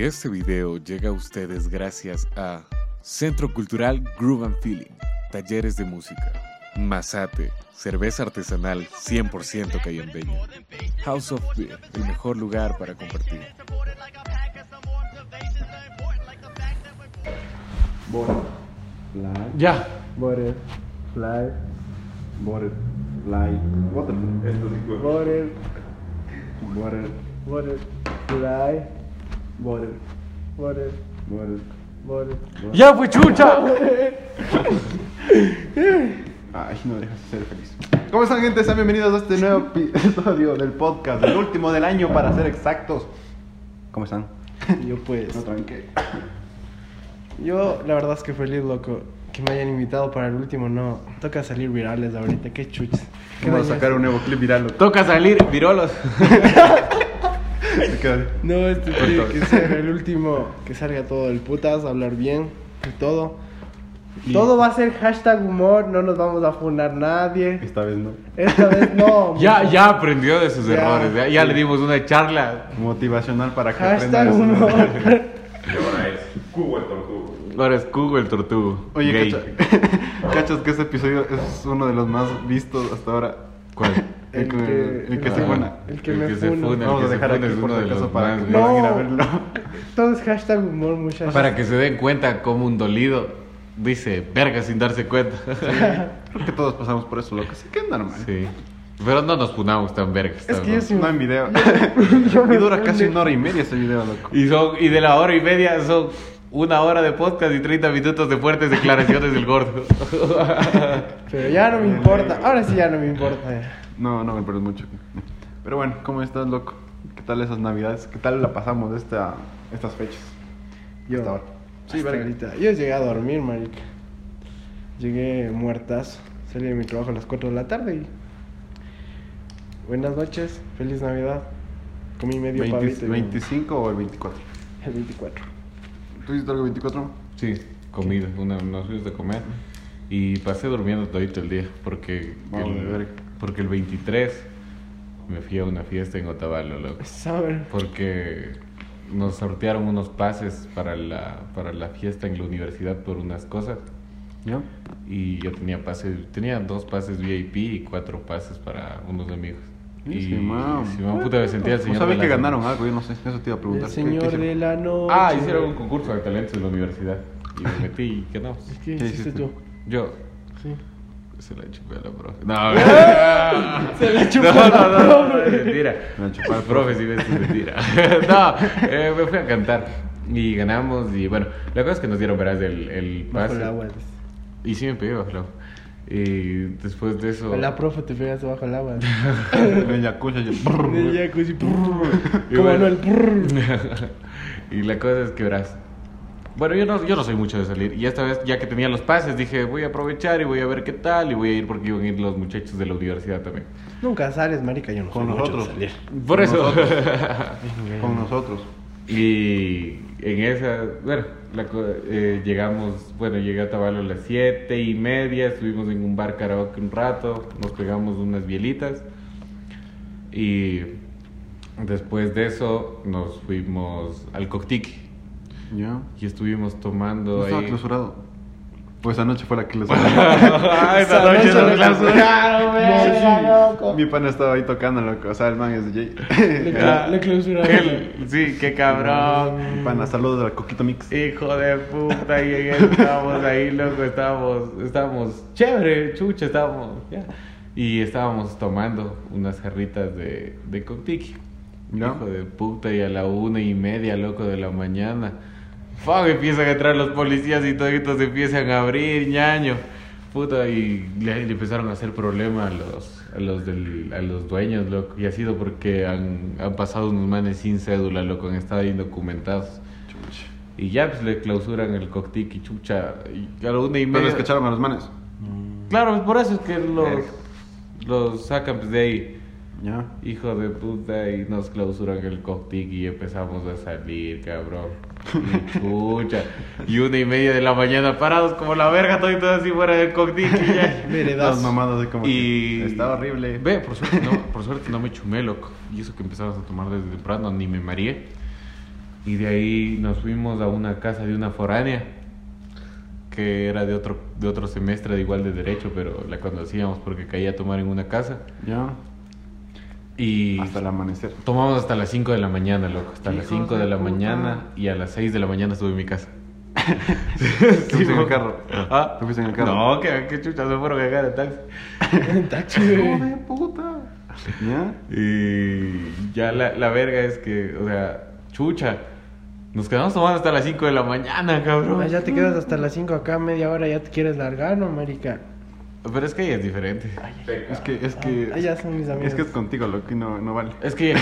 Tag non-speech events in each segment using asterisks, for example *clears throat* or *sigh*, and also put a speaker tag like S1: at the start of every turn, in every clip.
S1: Este video llega a ustedes gracias a Centro Cultural Groove and Feeling, talleres de música, Mazate, cerveza artesanal 100% cayambeña, House of Beer, el mejor lugar para compartir.
S2: Border. Light.
S3: Ya.
S2: Border. Light. Border. Light. Water. Esto sí fue. Border. Border. Border. Light. Border. Border. Border. Border.
S3: Ya fue chucha.
S2: *laughs* Ay, no dejas de ser feliz. ¿Cómo están, gente? Sean bienvenidos a este nuevo pi- *laughs* episodio del podcast, el último del año para ser exactos. ¿Cómo están?
S4: Yo pues,
S2: No tranque.
S4: yo la verdad es que feliz, loco, que me hayan invitado para el último, no. Toca salir virales ahorita, qué chuches. Qué
S2: Vamos a
S4: daño
S2: sacar
S4: es.
S2: un nuevo clip viral. loco.
S3: Toca salir,
S1: *laughs*
S3: virolos.
S2: *laughs* Se queda así.
S4: No, este
S2: Por
S4: tiene
S2: todo.
S4: que ser el último, que salga todo el putas, hablar bien y todo. Todo va a ser hashtag humor, no nos vamos a funar nadie.
S2: Esta vez no.
S4: Esta
S3: *laughs*
S4: vez no.
S3: Ya, ya aprendió de sus
S4: Ya.
S3: errores. Ya, ya le dimos una charla.
S2: Motivacional para que
S4: Hashtag
S2: aprendan.
S4: humor. *laughs*
S3: Ahora es Cugo el tortugo.
S2: *laughs* Oye,
S3: gay.
S2: *laughs* cacha- cachas que este episodio es uno de los más vistos hasta ahora.
S3: ¿Cuál?
S2: El que, *laughs* el que se
S3: Ah.
S2: funa.
S4: El que
S3: El
S4: me
S3: que se
S4: funa.
S3: funa.
S2: Vamos
S3: que
S2: a
S3: se
S2: dejar aquí
S3: pone es
S2: por
S3: uno
S2: si
S3: de
S2: acaso
S3: los
S2: para
S3: más
S2: que puedan ir a
S4: No.
S2: verlo.
S4: Todo es hashtag humor,
S3: *laughs*
S4: muchachos.
S3: Para que se den cuenta como un dolido dice verga sin darse cuenta. *laughs*
S2: Creo que todos pasamos por eso, loco. Así que es normal.
S3: Sí. Pero no nos funamos tan vergas.
S4: Es que yo
S3: ¿no?
S4: sí.
S2: No en video.
S4: yo
S2: *laughs*
S4: me
S2: y dura casi
S4: funé.
S2: una hora y media ese video, loco. *laughs*
S3: Y, son, y de la hora y media son una hora de podcast y 30 minutos de fuertes declaraciones del gordo. *laughs*
S4: Pero ya no me importa, ahora sí ya no me importa.
S2: No, no me pierdo mucho. Pero bueno, ¿cómo estás, loco? ¿Qué tal esas navidades? ¿Qué tal la pasamos esta, estas fechas?
S4: Yo.
S2: Hasta ahora.
S4: Sí, ahorita. Yo llegué a dormir, marica. Llegué muertazo. Salí de mi trabajo a las 4 de la tarde y... Buenas noches, feliz Navidad. Comí medio
S2: 20
S4: pavito. y-
S2: 25 o el 24.
S4: El 24.
S2: ¿Tú hiciste algo 24?
S3: Sí, comida, una, unos de comer. Y pasé durmiendo todito el día, porque,
S2: Vamos, de
S3: el,
S2: verga.
S3: porque el 23 me fui a una fiesta en Otavalo, loco.
S4: Saber.
S3: Porque nos sortearon unos pases para la, para la fiesta en la universidad por unas cosas.
S2: ¿Ya?
S3: Y yo tenía pases, tenía dos pases VIP y cuatro pases para unos amigos.
S2: Sí, sí, mam.
S3: sí, mam, puta, me sentía el
S2: No
S3: señor.
S2: sabía
S3: de
S2: Pues, que
S3: las-
S2: ganaron algo, yo no sé. Eso te iba a preguntar.
S4: El
S2: ¿Qué- qué
S4: señor
S2: hicieron?
S4: de la noche.
S3: Ah, hicieron un concurso de talentos en la universidad. Y me metí y ganamos.
S4: ¿Qué
S2: ¿Qué
S4: hiciste
S2: hiciste?
S4: tú?
S3: Yo
S4: Sí.
S3: Ah, Se la chupé a la profe. No, *laughs* mentira.
S4: Se la chupó
S3: no,
S4: a la
S3: no, no, no,
S4: profe.
S3: es mentira.
S2: Me la chupó a la
S3: Al
S2: *laughs*
S3: profe sí me es mentira. *laughs* no, eh, me fui a cantar y ganamos y bueno, la cosa es que nos dieron verás el, el
S4: Bajo
S3: pase.
S4: el agua.
S3: Y sí me pegué bajo el agua. Y después de eso...
S4: Con la profe te pegaste bajo
S3: *laughs*
S4: el agua. *laughs*
S2: En Yakuza, yo-
S4: De jacuzzi.
S3: Y
S4: Como
S3: bueno.
S4: no el
S3: *laughs*
S4: brrr.
S3: y la cosa es que verás. Bueno, yo no, yo no soy mucho de salir. Y esta vez, ya que tenía los pases, dije, voy a aprovechar y voy a ver qué tal. Y voy a ir porque iban a ir los muchachos de la universidad también.
S4: Nunca sales, marica. Yo no
S2: Con
S4: soy mucho de
S2: nosotros.
S4: salir.
S3: Por eso.
S2: Con nosotros.
S3: *laughs* Y en esa, bueno, la co- eh, llegamos, bueno, llegué a Tabalo a las siete y media, estuvimos en un bar karaoke un rato, nos pegamos unas bielitas y después de eso nos fuimos al Coctique
S2: ¿Ya?
S3: y estuvimos tomando
S2: No estaba
S3: ahí. *laughs*
S2: clausurado. Pues anoche fue la clausura.
S3: Ah, esa
S4: Esa
S3: noche
S4: noche
S3: nos
S4: nos
S3: *laughs* clausuraron, güey.
S2: Mi pana estaba ahí tocando, loco. O sea, el man es DJ.
S4: Le,
S3: Ya.
S4: cla- le clausuraron.
S3: Él- Sí, qué cabrón.
S2: Mi pana, saludos al Coquito Mix.
S3: Hijo de puta, y ahí estábamos ahí, loco, estábamos, estábamos chévere, chucha, estábamos, ya. Y estábamos tomando unas jarritas de, de Contiki.
S2: ¿Ya?
S3: Hijo de puta, y a la una y media, loco, de la mañana. Fuck, empiezan a entrar los policías y toditos empiezan a abrir, ñaño. Puta, y le, le empezaron a hacer problema a los, a los, del- a los dueños, loco. Y ha sido porque han, han pasado unos manes sin cédula, loco, han estado indocumentados.
S2: Chuch.
S3: Y ya pues le clausuran el coctic y chucha. Y a la una y
S2: Pero
S3: media.
S2: les cacharon a los manes.
S3: Claro, pues, por eso es que los,
S2: Verga.
S3: los sacan pues, de ahí.
S2: Ya.
S3: Hijo de puta, y nos clausuran el coctic y empezamos a salir,
S2: *laughs*
S3: cabrón. Y chucha. Y una y media de la mañana parados como la verga, todo y todo así fuera del coctic. Y
S2: *laughs*
S3: ya.
S2: Las
S4: Veredazo.
S2: mamadas de como.
S3: Y-
S2: que Está horrible.
S3: Ve, por
S2: *laughs*
S3: suerte, no, por suerte no me chumé, loco. Y eso que empezamos a tomar desde temprano, ni me mareé. Y de ahí nos fuimos a una casa de una foránea que era de otro, de otro semestre de igual de derecho, pero la conocíamos porque caía a tomar en una casa.
S2: Ya.
S3: Y
S2: Hasta el amanecer.
S3: tomamos hasta las 5 de la mañana, loco. Hasta las
S2: Hijos
S3: 5
S2: de
S3: de la
S2: puta.
S3: mañana y a las 6 de la mañana estuve en mi
S2: *laughs*
S3: casa.
S2: Te fuiste en el carro.
S3: ¿Ah?
S2: Te fuiste en el carro.
S3: No, que, que chucha, se fueron a cagar el taxi.
S4: Tachi,
S2: Hijo *laughs*
S4: güey.
S2: de puta. Ya.
S3: Y ya la, la verga es que, o sea, chucha, nos quedamos tomando hasta las 5 de la mañana, cabrón.
S4: Ah, Ya te quedas hasta las 5 acá, media hora, ya te quieres largar, ¿no, marica?
S3: Pero es que ella es diferente.
S2: Es que, es que.
S4: Ah, ya son mis amigos.
S2: Es que es contigo, loco, y no, no vale.
S3: Es que. Eh.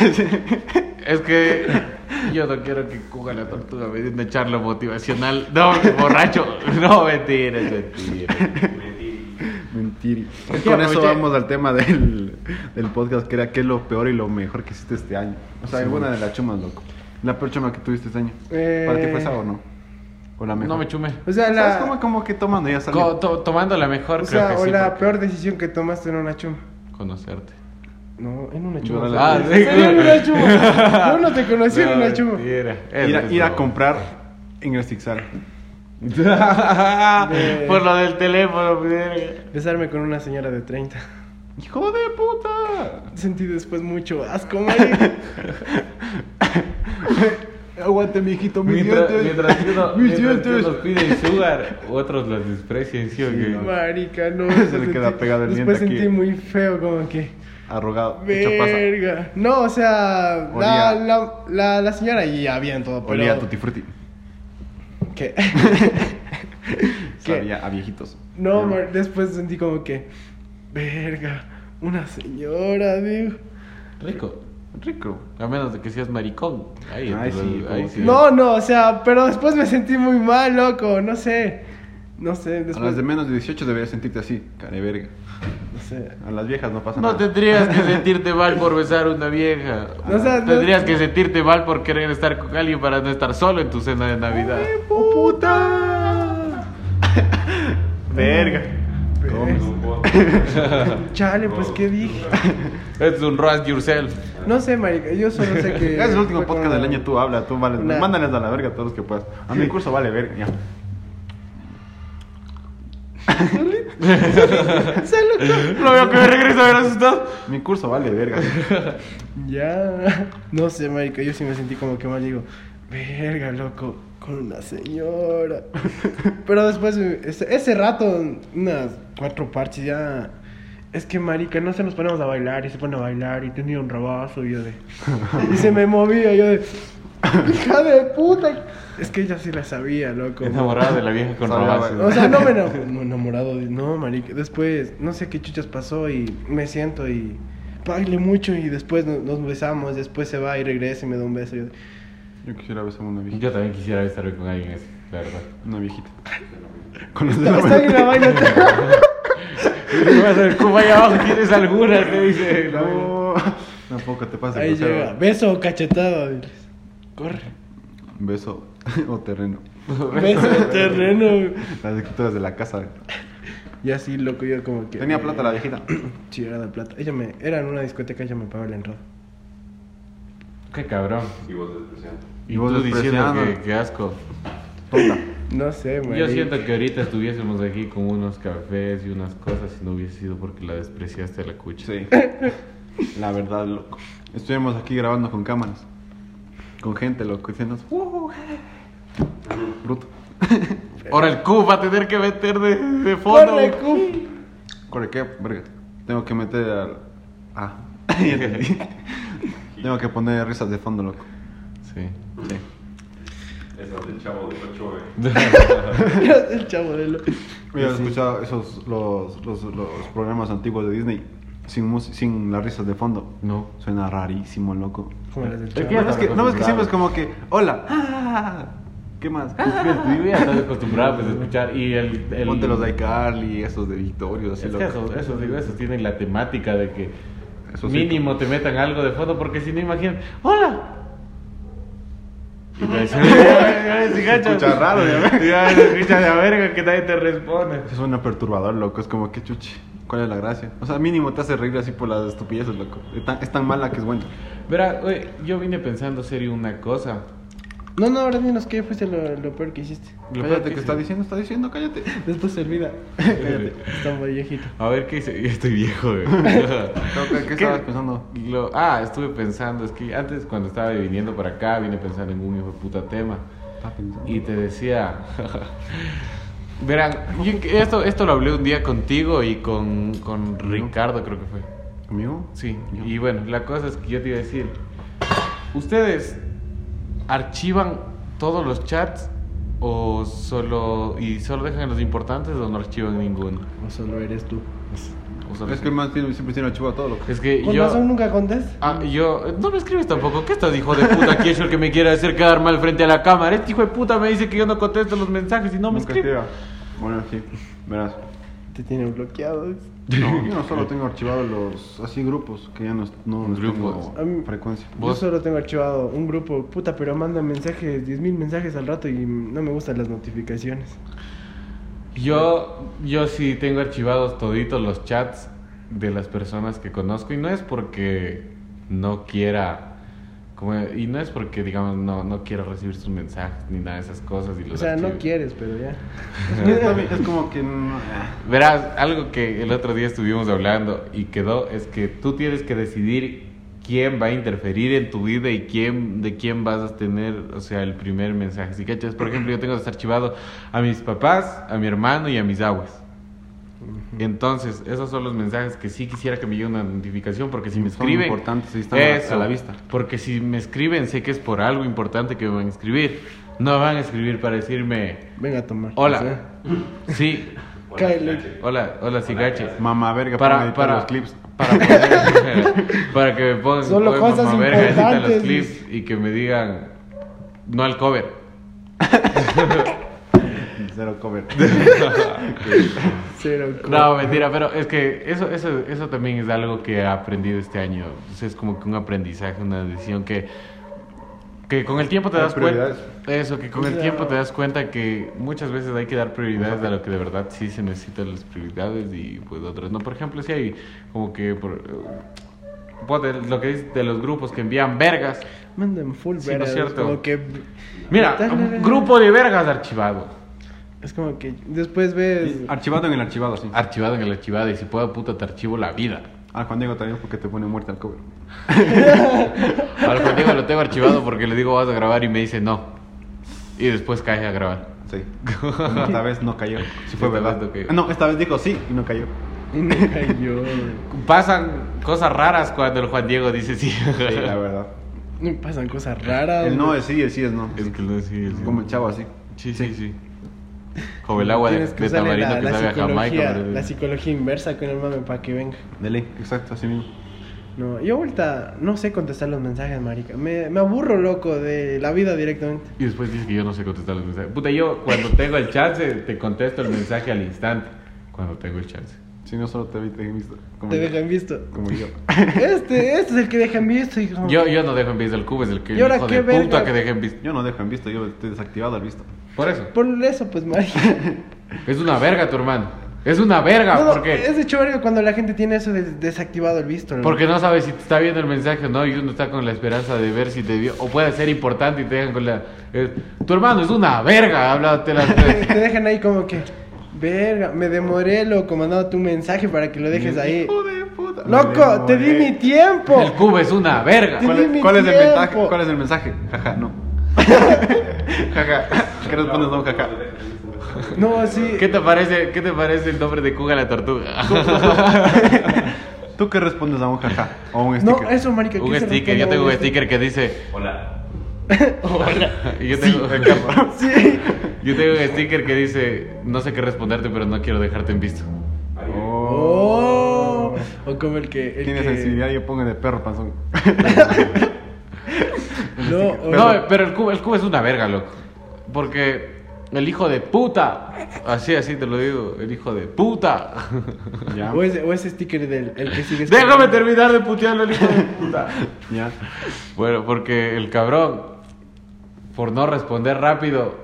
S3: es que. *laughs* Yo no quiero que Cuga la tortuga me dé una charla motivacional. No, que borracho. *laughs* No, mentira, es mentira.
S2: *laughs* Mentir.
S3: Es que
S2: Con eso
S3: aproveché-
S2: vamos al tema del, del podcast, que era qué es lo peor y lo mejor que hiciste este año. O sea,
S3: Sí.
S2: alguna de las chumas, loco. La peor chuma que tuviste este año.
S4: Eh.
S2: ¿Para ti fue esa o no? O la Ah, mejor.
S3: No me chume.
S4: O sea,
S2: ¿Sabes
S4: la,
S2: cómo, cómo que tomando ya salió?
S3: Co- to- tomando la mejor,
S4: o sea,
S3: creo que
S4: o
S3: sí,
S4: la
S3: porque-
S4: peor decisión que tomaste en una chuma.
S3: Conocerte.
S4: No, en una
S2: Yo
S4: chuma.
S2: no
S4: o
S2: la-
S4: sea,
S3: Ah,
S4: ¿en
S3: sí,
S4: serio
S3: claro.
S4: en
S3: *laughs*
S4: una
S2: *laughs*
S4: chuma. Yo no te conocí en una chuma.
S3: mentira.
S2: ir, a,
S3: Eso es
S2: ir a
S3: broma.
S2: comprar en el Zigzag.
S4: De-
S3: *laughs* Por lo del teléfono, verga.
S4: Besarme con una señora de 30.
S2: ¡Hijo de puta!
S4: *laughs* Sentí después
S2: *laughs*
S4: mucho asco, marica.
S2: Aguante, mijito, mis
S3: Mientras,
S2: dientes. *laughs*
S3: mientras, uno, mientras
S2: mis
S3: que
S2: dientes.
S3: unos piden sugar, otros los desprecian, ¿sí o qué?
S4: Marica, no.
S2: Se
S4: eso
S2: le queda pegado el
S4: Después
S2: diente aquí.
S4: sentí muy feo, como que.
S2: Arrogado. hecho pasa.
S4: Verga. No, o sea,
S2: Olía.
S4: la, la, la, la señora ya bien todo, pero.
S2: Olía a tutti frutti. *laughs*
S4: ¿Qué? ¿Qué?
S2: Sabía a viejitos.
S4: No,
S2: Mm.
S4: mar- después sentí como que. Verga, una señora, digo.
S3: Rico.
S2: Rico.
S3: A menos de que seas maricón. Ahí,
S2: Ay,
S3: entonces,
S2: sí,
S3: ahí
S2: como
S3: sí.
S2: que-
S4: No, no, o sea, pero después me sentí muy mal, loco, no sé. No sé,
S2: A las
S4: después.
S2: de menos de 18 deberías sentirte así, cara de verga.
S4: No sé.
S2: A las viejas no pasa
S3: No
S2: nada.
S3: tendrías que sentirte mal por besar a una vieja.
S4: No, o sea, no-
S3: tendrías que sentirte mal por querer estar con alguien para no estar solo en tu cena de Navidad.
S2: ¡Oh, puta! *laughs* verga.
S4: Chale, pues qué dije.
S3: Es un ras yourself.
S4: No sé, marica, yo solo
S2: *laughs*
S4: sé que.
S2: es el último
S4: fue con
S2: podcast del
S4: una-
S2: año,
S4: *laughs*
S2: tú habla, tú vales.
S4: Nah.
S2: Mándales a la verga a todos los que puedas. A mi curso vale verga, ya.
S4: Sí, loco.
S3: Lo veo que me regreso a ver asustado.
S2: Mi curso vale
S4: *laughs*
S2: verga.
S4: Ya. *laughs* No sé, marica, yo sí me sentí como que mal, digo. Verga, loco, con una señora. Pero después, ese, ese rato, unas cuatro parches ya. Es que, marica, no se nos ponemos a bailar y se pone a bailar y tenía un rabazo y yo de. Y se me movía, yo de. ¡Hija de puta! Es que ella sí la sabía, loco.
S3: Enamorada de la vieja con
S2: Sabía
S3: robazo.
S2: bailar.
S4: O sea, no me *laughs* enam- no, enamorado, de- no, marica. Después, no sé qué chuchas pasó y me siento y baile mucho y después no- nos, besamos, después se va y regresa y me da un beso. y yo,
S2: Yo quisiera besar a una viejita.
S3: Yo también quisiera estar con alguien así, la verdad. *laughs*
S2: Una viejita. Con los de la
S4: *laughs* Está bien la
S2: *laughs*
S4: vaina.
S3: Cuba allá abajo tienes alguna, te dice.
S2: No, tampoco te pases.
S4: *laughs* *laughs* Ahí
S2: grosero.
S4: llega, beso o cachetada. diles. Corre.
S2: Beso *laughs* o terreno.
S4: Beso de terreno.
S2: *laughs* Las escrituras de la casa.
S4: Y así, loco, yo como que...
S2: Tenía plata la viejita.
S4: Sí, era de plata. Ella me... Era en una discoteca, ella me pagó la entrada.
S3: Qué cabrón.
S5: Y vos despreciando.
S3: Y,
S2: Y vos
S3: tú diciendo que,
S2: despreciando.
S3: que asco.
S2: Tonta.
S4: No sé, marica.
S3: Yo siento que ahorita estuviésemos aquí con unos cafés y unas cosas y no hubiese sido porque la despreciaste a la cucha.
S2: Sí. La verdad, loco. Estuvimos aquí grabando con cámaras. Con gente, loco, diciendo. "Uh, Bruto.
S3: Ahora el Q va a tener que meter de, de fondo.
S4: Corre, cup. *laughs*
S2: Corre, ¿qué? Verga. Tengo que meter al. Ah. *laughs* ya entendí. Tengo que poner risas de fondo, loco.
S3: Sí.
S2: Sí.
S5: Esas del chavo de 8,
S4: El chavo de lo...
S2: Yo he escuchado esos, los, los, los programas antiguos de Disney sin, mus- sin las risas de fondo.
S3: No.
S2: Suena rarísimo, loco.
S4: Como las del
S3: que
S4: chavo.
S2: No, es que, no, es que
S3: acostumbrado.
S2: siempre es como que, hola, ah, ¿qué más?
S3: Yo ya estás acostumbrado pues, a escuchar. Y el. el...
S2: *laughs* Ponte los de iCarly, esos de Victorio, así
S3: Es que
S2: loco.
S3: esos, eh. esos, digo, esos tienen la temática de que
S2: Eso sí.
S3: mínimo te metan algo de fondo porque si no imaginan. ¡Hola! Y te dicen. *laughs*
S2: escucha raro, ya ves.
S3: Ya se escucha de la verga que nadie te responde.
S2: Eso suena perturbador, loco. Es como que chuchi. ¿Cuál es la gracia? O sea, mínimo te hace reír así por las estupideces, loco. Es tan, es tan mala que es buena.
S3: Verá, oye, yo vine pensando serio una cosa.
S4: No, no, ahora dinos qué fuiste lo, lo peor que hiciste.
S3: Lo peor
S2: cállate, que
S3: hice.
S2: está diciendo, está diciendo, cállate.
S4: Después
S3: *laughs*
S4: se olvida. Cállate, está muy viejito.
S3: A ver, ¿qué hice? *laughs* Yo estoy viejo, güey.
S2: Creo que- ¿Qué, *laughs* estabas pensando?
S3: Lo- ah, estuve pensando, es que antes cuando estaba viniendo para acá, vine pensando en un hijo de puta tema.
S2: Estaba pensando.
S3: Y te decía, *laughs* verán, yo- esto, esto lo hablé un día contigo y con, con Ricardo, creo que fue.
S2: ¿Conmigo?
S3: Sí,
S2: Yo.
S3: y bueno, la cosa es que yo te iba a decir, ¿ustedes archivan todos los chats o solo, y solo dejan los importantes o no archivan ninguno?
S4: O solo eres tú.
S3: O solo-
S2: Es que el man tiene- siempre tiene archivo a todo lo que.
S3: es que
S4: Con
S3: Eh, yo...
S4: razón nunca contestas.
S3: Ah, yo. No me escribes tampoco. ¿Qué estás, hijo de puta? ¿Quién es el que me quiere hacer quedar mal frente a la cámara? Este hijo de puta me dice que yo no contesto los mensajes y no me
S2: Nunca
S3: escribe.
S2: escriba. Bueno, sí, *laughs* verás.
S4: Te tienen bloqueado.
S2: No, yo no solo tengo archivados los así grupos que ya no, no les
S3: Grupos.
S2: tengo
S4: A mí-
S2: frecuencia.
S3: ¿Vos?
S4: Yo solo tengo archivado un grupo, puta, pero mandan mensajes, 10.000 mensajes al rato y no me gustan las notificaciones.
S3: Yo, yo sí tengo archivados toditos los chats de las personas que conozco y no es porque no quiera. como- y no es porque, digamos, no, no quiero recibir sus mensajes ni nada de esas cosas. Y los
S4: O sea, no
S3: archivo.
S4: quieres,
S3: *laughs*
S4: pero ya.
S2: Es, también- es como que no- ah,
S3: Verás, algo que el otro día estuvimos hablando y quedó es que tú tienes que decidir quién va a interferir en tu vida y quién de quién vas a tener, o sea, el primer mensaje. Si cachas, por ejemplo, yo tengo desarchivado a mis papás, a mi hermano y a mis aguas. Entonces, esos son los mensajes que sí quisiera que me llegue una notificación porque si me
S2: Son
S3: escriben
S2: importantes y están a la- a la vista.
S3: Porque si me escriben sé que es por algo importante que me van a escribir. No van a escribir para decirme,
S4: Venga a tomar. O
S3: "Hola."
S4: sea,
S3: Sí,
S4: Cáele.
S3: Hola, hola Cigache.
S2: mamá verga ponme a
S3: Para,
S2: editar
S3: para,
S2: los clips.
S3: para, poder- *laughs* para que me pongan
S4: Solo
S3: oye,
S4: cosas
S3: mamá verga, edita los
S4: importantes.
S3: clips y que me digan no al *laughs* cover.
S2: Cero
S3: *laughs*
S2: cover.
S4: Cero. co-
S3: No, mentira, pero es que eso, eso, eso también es algo que he aprendido este año. Entonces, es como que un aprendizaje, una decisión que, que con el tiempo te
S2: Hay
S3: das cuenta.
S2: prioridades.
S3: Eso, que con
S4: O
S3: el
S4: sea-
S3: tiempo te das cuenta que muchas veces hay que dar prioridades a lo que de verdad sí se necesitan las prioridades y pues otras no. Por ejemplo, si hay como que. Por, ponte lo que dices de los grupos que envían vergas.
S4: Mandan full
S3: Sí, no es
S4: veras,
S3: cierto.
S4: Como que.
S3: Mira, un grupo de vergas archivado.
S4: Es como que después ves.
S2: Archivado en el archivado, sí.
S3: Archivado en el archivado y si puedo, puta, te archivo la vida.
S2: Al Juan Diego también porque te pone muerte al cover.
S3: Al Juan Diego lo tengo archivado porque le digo vas a grabar y me dice no. Y después cae a grabar. *laughs*
S2: Sí. Esta vez no cayó. Sí
S3: Esta
S2: fue
S3: vez
S2: verdad.
S3: no cayó.
S2: No, esta vez dijo sí y no cayó.
S4: Y no cayó.
S3: Pasan cosas raras cuando el Juan Diego dice sí.
S2: Sí, la verdad.
S4: Me pasan cosas raras.
S2: El no
S4: güey.
S2: es sí, el sí es no.
S3: Es que no sí, sí.
S2: Como el chavo así.
S3: Sí, sí, sí. Como el agua de,
S4: Tienes que
S3: de
S4: usarle
S3: tamarindo
S4: la,
S3: que
S4: la
S3: sabe a
S4: psicología,
S3: Jamaica.
S4: La
S3: pero-
S4: psicología inversa con el mame para que venga.
S2: De ley. Exacto, así mismo.
S4: No, yo ahorita no sé contestar los mensajes, marica. Me, me aburro, loco, de la vida directamente.
S3: Y después dice que yo no sé contestar los mensajes. Puta, yo cuando tengo el chance te contesto el mensaje al instante. Cuando tengo el chance.
S2: Si no, solo te vi, te he visto. Como
S4: Te
S2: yo.
S4: dejan visto.
S2: Como yo.
S4: Este, este es el que dejan visto, hijo.
S3: Yo, yo no dejo en visto el cubo, es el que
S4: ¿Y ahora
S3: hijo de
S4: qué
S3: puta
S4: verga?
S3: que deja en visto.
S2: Yo no dejo en visto, yo estoy desactivado al visto.
S3: Por eso.
S4: Ponle eso, pues,
S3: *laughs*
S4: marica.
S3: Es una verga tu hermano. Es una verga
S4: No, no,
S3: porque
S4: Es de choreo cuando la gente tiene eso de- desactivado el visto. loco.
S3: porque no sabes si te está viendo el mensaje o no y uno está con la esperanza de ver si te vio o puede ser importante y te dejan con la eh, tu hermano es una verga, háblate las
S4: *laughs* Te, te dejan ahí como que, verga, me demoré, loco, mandándote un mensaje para que lo dejes ahí.
S2: Hijo de puta.
S4: Loco, te di mi tiempo.
S3: El cubo es una verga.
S4: Te
S2: ¿Cuál,
S4: di
S2: es-
S4: mi
S2: cuál es el
S4: tiempo.
S2: mensaje? ¿Cuál es el mensaje? Jaja, no. jaja. ¿Qué respondes no, jaja?
S4: No, sí.
S3: ¿Qué te parece? ¿Qué te parece el nombre de Kuga la tortuga?
S2: ¿Tú qué respondes a un jaja? O a un sticker.
S4: No, eso,
S3: *laughs*
S4: marica.
S3: un
S4: que se
S3: sticker, yo
S4: responda
S3: tengo un
S4: un
S3: sticker que dice
S5: Hola.
S3: y *laughs* yo tengo
S4: Sí.
S3: yo tengo un sticker que dice no sé qué responderte, pero no quiero dejarte en visto.
S5: Ariel.
S4: Oh. O como el que. El
S2: Tiene
S4: que-
S2: sensibilidad, yo pongo de perro panzón.
S4: No, o-
S3: No, pero el cubo, el cubo es una verga, loco. Porque el hijo de puta. Así, así te lo digo. El hijo de puta.
S2: *laughs* Ya,
S4: O ese, o ese sticker del el que sigues.
S3: Déjame terminar de putearlo el hijo de puta.
S2: ya.
S3: Bueno, porque el cabrón, por no responder rápido,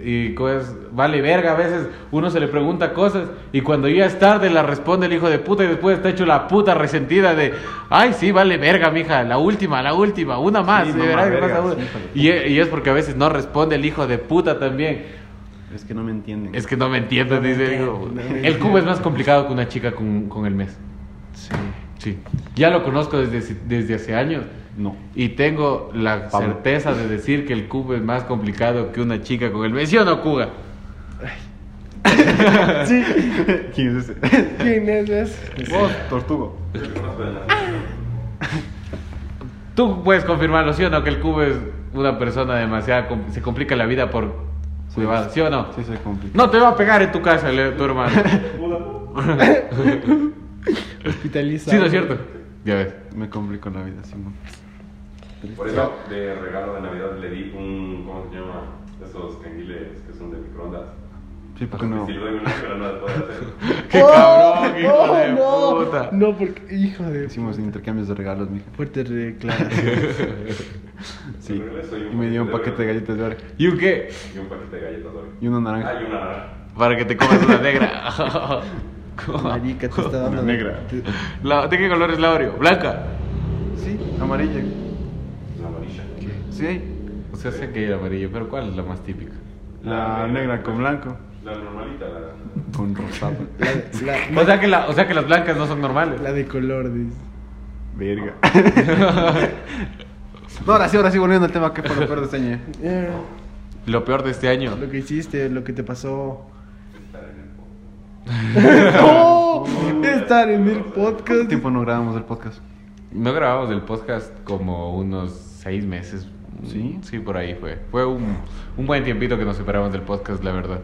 S3: y cosas, vale verga, a veces uno se le pregunta cosas y cuando ya es tarde la responde el hijo de puta y después está hecho la puta resentida de, ay, sí, vale verga, mija, la última, la última, una más,
S2: Sí,
S3: y
S2: mamá,
S3: verás que
S2: verga,
S3: pasa una.
S2: sí, hijo de
S3: y, e- y es porque a veces no responde el hijo de puta también.
S2: Es que no me entienden.
S3: Es que no me entiendes,
S4: No me
S3: dice.
S4: entiendo,
S3: digo,
S4: no me
S3: el cubo
S4: entiendo.
S3: es más complicado que una chica con, con el mes.
S4: Sí.
S3: Sí. Ya lo conozco desde, desde hace años.
S2: No.
S3: Y tengo la
S2: Pablo.
S3: certeza de decir que el cubo es más complicado que una chica con el mes. ¿Sí o no, Cuga?
S4: Sí.
S2: *laughs* ¿Quién es
S4: *laughs*
S2: ese?
S4: ¿Quién es ese?
S2: Vos, tortugo.
S5: Yo conozco de la-
S3: Tú puedes confirmarlo, ¿sí o no? Que el cubo es una persona demasiado... com- Se complica la vida por... huevadas, ¿Sí o no?
S2: Sí, se complica.
S3: No te va a pegar en tu casa, le- tu
S4: *laughs*
S3: hermano.
S4: Hospitalizado.
S3: ¿Sí, no es cierto? Ya ves.
S2: Me complico la vida, Simón.
S5: Por eso, de regalo de Navidad le di un. ¿Cómo se llama? Esos canguiles que son de microondas.
S2: Sí, porque no.
S5: Si le doy una, pero no la puedo hacer.
S3: ¡Qué cabrón, hijo de puta!
S4: Oh, No, porque. Hijo de.
S2: Hicimos intercambios de regalos, mija.
S4: Fuerte reclamo.
S2: Sí.
S5: Te regreso y un
S2: Y me dio un
S5: paquete
S2: paquete
S5: de
S2: de galletas de oro
S3: ¿Y un qué?
S5: Y un paquete de galletas doy.
S2: y una
S5: Ah,
S2: naranja.
S5: y una naranja.
S3: Para que te comas una negra. *laughs*
S4: Marica, te está dando.
S2: negra.
S4: te-
S3: La- ¿De qué color es la Oreo? ¿Blanca?
S2: Sí, amarilla.
S5: La amarilla.
S2: Sí.
S3: O sea, sé que era amarillo, pero ¿cuál es la más típica?
S2: La negra con blanco.
S5: La normalita, la.
S3: *laughs*
S2: Con rosado.
S4: La, de- la-
S3: O sea que, la- o sea que las blancas no son normales.
S4: la de color, dice.
S2: Verga. No, *laughs* ahora sí, ahora sí, volviendo al tema que fue lo peor de este año.
S3: *laughs*
S4: Eh,
S3: Lo peor de este año.
S4: Lo que hiciste, lo que te pasó.
S5: Estar en el fondo.
S4: *laughs* ¡No! Estar en el
S2: ¿Cuánto
S4: podcast.
S2: tiempo no grabamos el podcast?
S3: No grabamos el podcast como unos seis meses.
S2: ¿Sí?
S3: Sí, por ahí fue. Fue un, un buen tiempito que nos separamos del podcast, la verdad.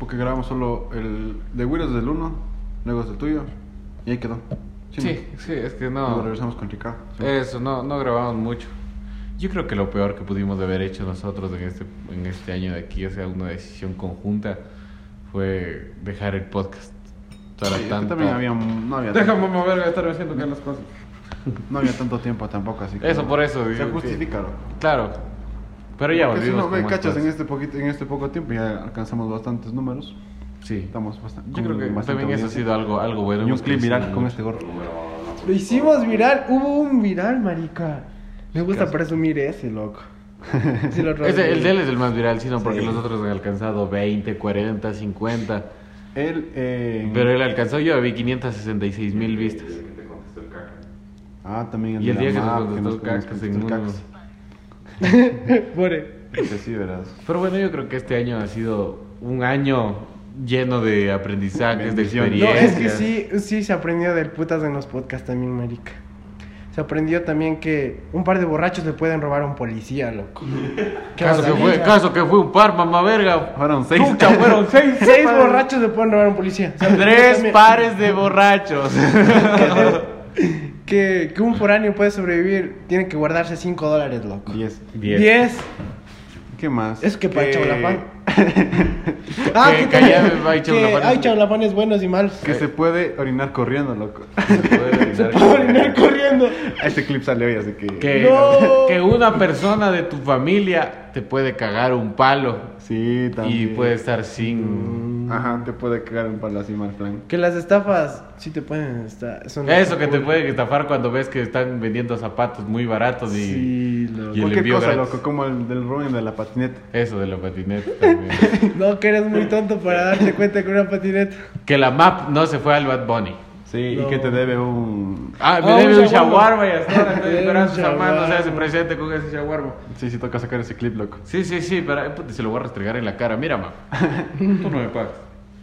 S2: Porque grabamos solo el de Will es del 1, luego es el tuyo, y ahí quedó.
S3: Sí,
S2: ¿no?
S3: sí, es que
S2: Luego
S3: no.
S2: regresamos con Ricardo. sí.
S3: Eso, no, no grabamos mucho. Yo creo que lo peor que pudimos haber hecho nosotros en este, en este año de aquí, o sea, una decisión conjunta, fue dejar el podcast.
S2: Sí,
S3: Para
S2: es que
S3: tanta-
S2: también había, no, había
S3: Déjame mover, estar haciendo que las cosas.
S2: no había tanto tiempo tampoco, así que.
S3: Eso, por eso,
S2: Se
S3: digo que-
S2: justifica, loco.
S3: Claro. Pero ya
S2: Porque si
S3: volvimos.
S2: no, ve,
S3: con más
S2: cachas, en
S3: cosas.
S2: este, poquito, en este poco tiempo ya alcanzamos bastantes números.
S3: Sí.
S2: este Estamos bastante.
S3: Yo creo que también eso ha sido algo, algo bueno.
S2: Y un
S3: Hemos
S2: clip
S3: crecido
S2: viral con
S3: mucho.
S2: este gorro.
S4: Lo hicimos viral. Hubo un viral, marica. Me gusta presumir ese, loco. *laughs* Sí, lo otro
S3: Ese-
S4: día-
S3: el de él es el más viral, sino porque
S4: Sí.
S3: los otros han alcanzado 20, 40, 50.
S2: Él, eh.
S3: Pero él alcanzó, yo vi 566 mil vistas.
S5: El que te contestó el caca.
S2: Ah, también el
S3: Y el
S2: de
S3: día
S2: la
S3: que nos
S2: map,
S3: contestó
S2: nos- nos
S3: cacas en
S2: contestó
S3: uno.
S2: cacas.
S4: *laughs* More.
S2: Que sí, verás.
S3: Pero bueno, yo creo que este año ha sido un año lleno de aprendizajes, de
S2: Bendición.
S4: No,
S3: experiencias.
S4: es que sí, sí se aprendió del putas en los podcasts también, marica. Se aprendió también que un par de borrachos le pueden robar a un policía,
S3: *laughs*
S4: loco. ¿Qué
S3: Caso
S4: vas a
S3: que, fue,
S4: hacer?
S3: caso que fue un par, mamá verga.
S2: Fueron seis.
S3: Chucha,
S2: *laughs*
S3: fueron seis.
S4: *laughs* Seis borrachos le pueden robar a un policía. Se aprendió
S3: Tres
S4: también
S3: pares de borrachos.
S4: Que, que un foráneo puede sobrevivir, tiene que guardarse cinco dólares, loco.
S2: Diez.
S3: Diez.
S4: Diez.
S2: ¿Qué más? Eh,
S4: Es que para Chaulafán.
S3: Que
S4: tú
S3: callado, hay
S4: también- Ah, *laughs* que
S3: chaulafanes.
S4: Hay chaulafanes buenos y malos.
S2: *laughs* Que se puede orinar corriendo, loco.
S4: Orinar corriendo.
S2: Este clip sale hoy, así que.
S3: Que,
S4: No.
S3: que una persona de tu familia te puede cagar un palo
S2: Sí, también. Mm.
S3: y pues- puede estar sin...
S2: Ajá, te puede cagar un palo así mal plan.
S4: Que las estafas sí te pueden estar. son-
S3: Eso que te puede estafar cuando ves que están vendiendo zapatos muy baratos y...
S4: Sí, loco.
S3: Y el
S2: Cualquier
S3: envío
S2: cosa,
S3: gratis.
S2: loco, como el del Robin de la patineta.
S3: Eso de la patineta también.
S4: *laughs* No, que eres muy tonto para darte cuenta con una
S3: *laughs*
S4: patineta.
S3: que la map no se fue al Bad Bunny.
S2: Sí,
S4: No.
S2: y que te debe un.
S3: Ah, me
S4: Ah,
S3: debe
S4: un
S3: un
S4: shawarma.
S3: shawarma y hasta ahora estoy
S4: Debe
S3: esperando
S4: un
S3: su hermano se hace
S4: shawarma.
S3: presente con ese shawarma.
S2: Sí, sí, toca sacar ese clip, loco.
S3: Sí, sí, sí, pero eh, puta, se lo voy a restregar en la cara. Mira, map. Tú no me *laughs* pagas.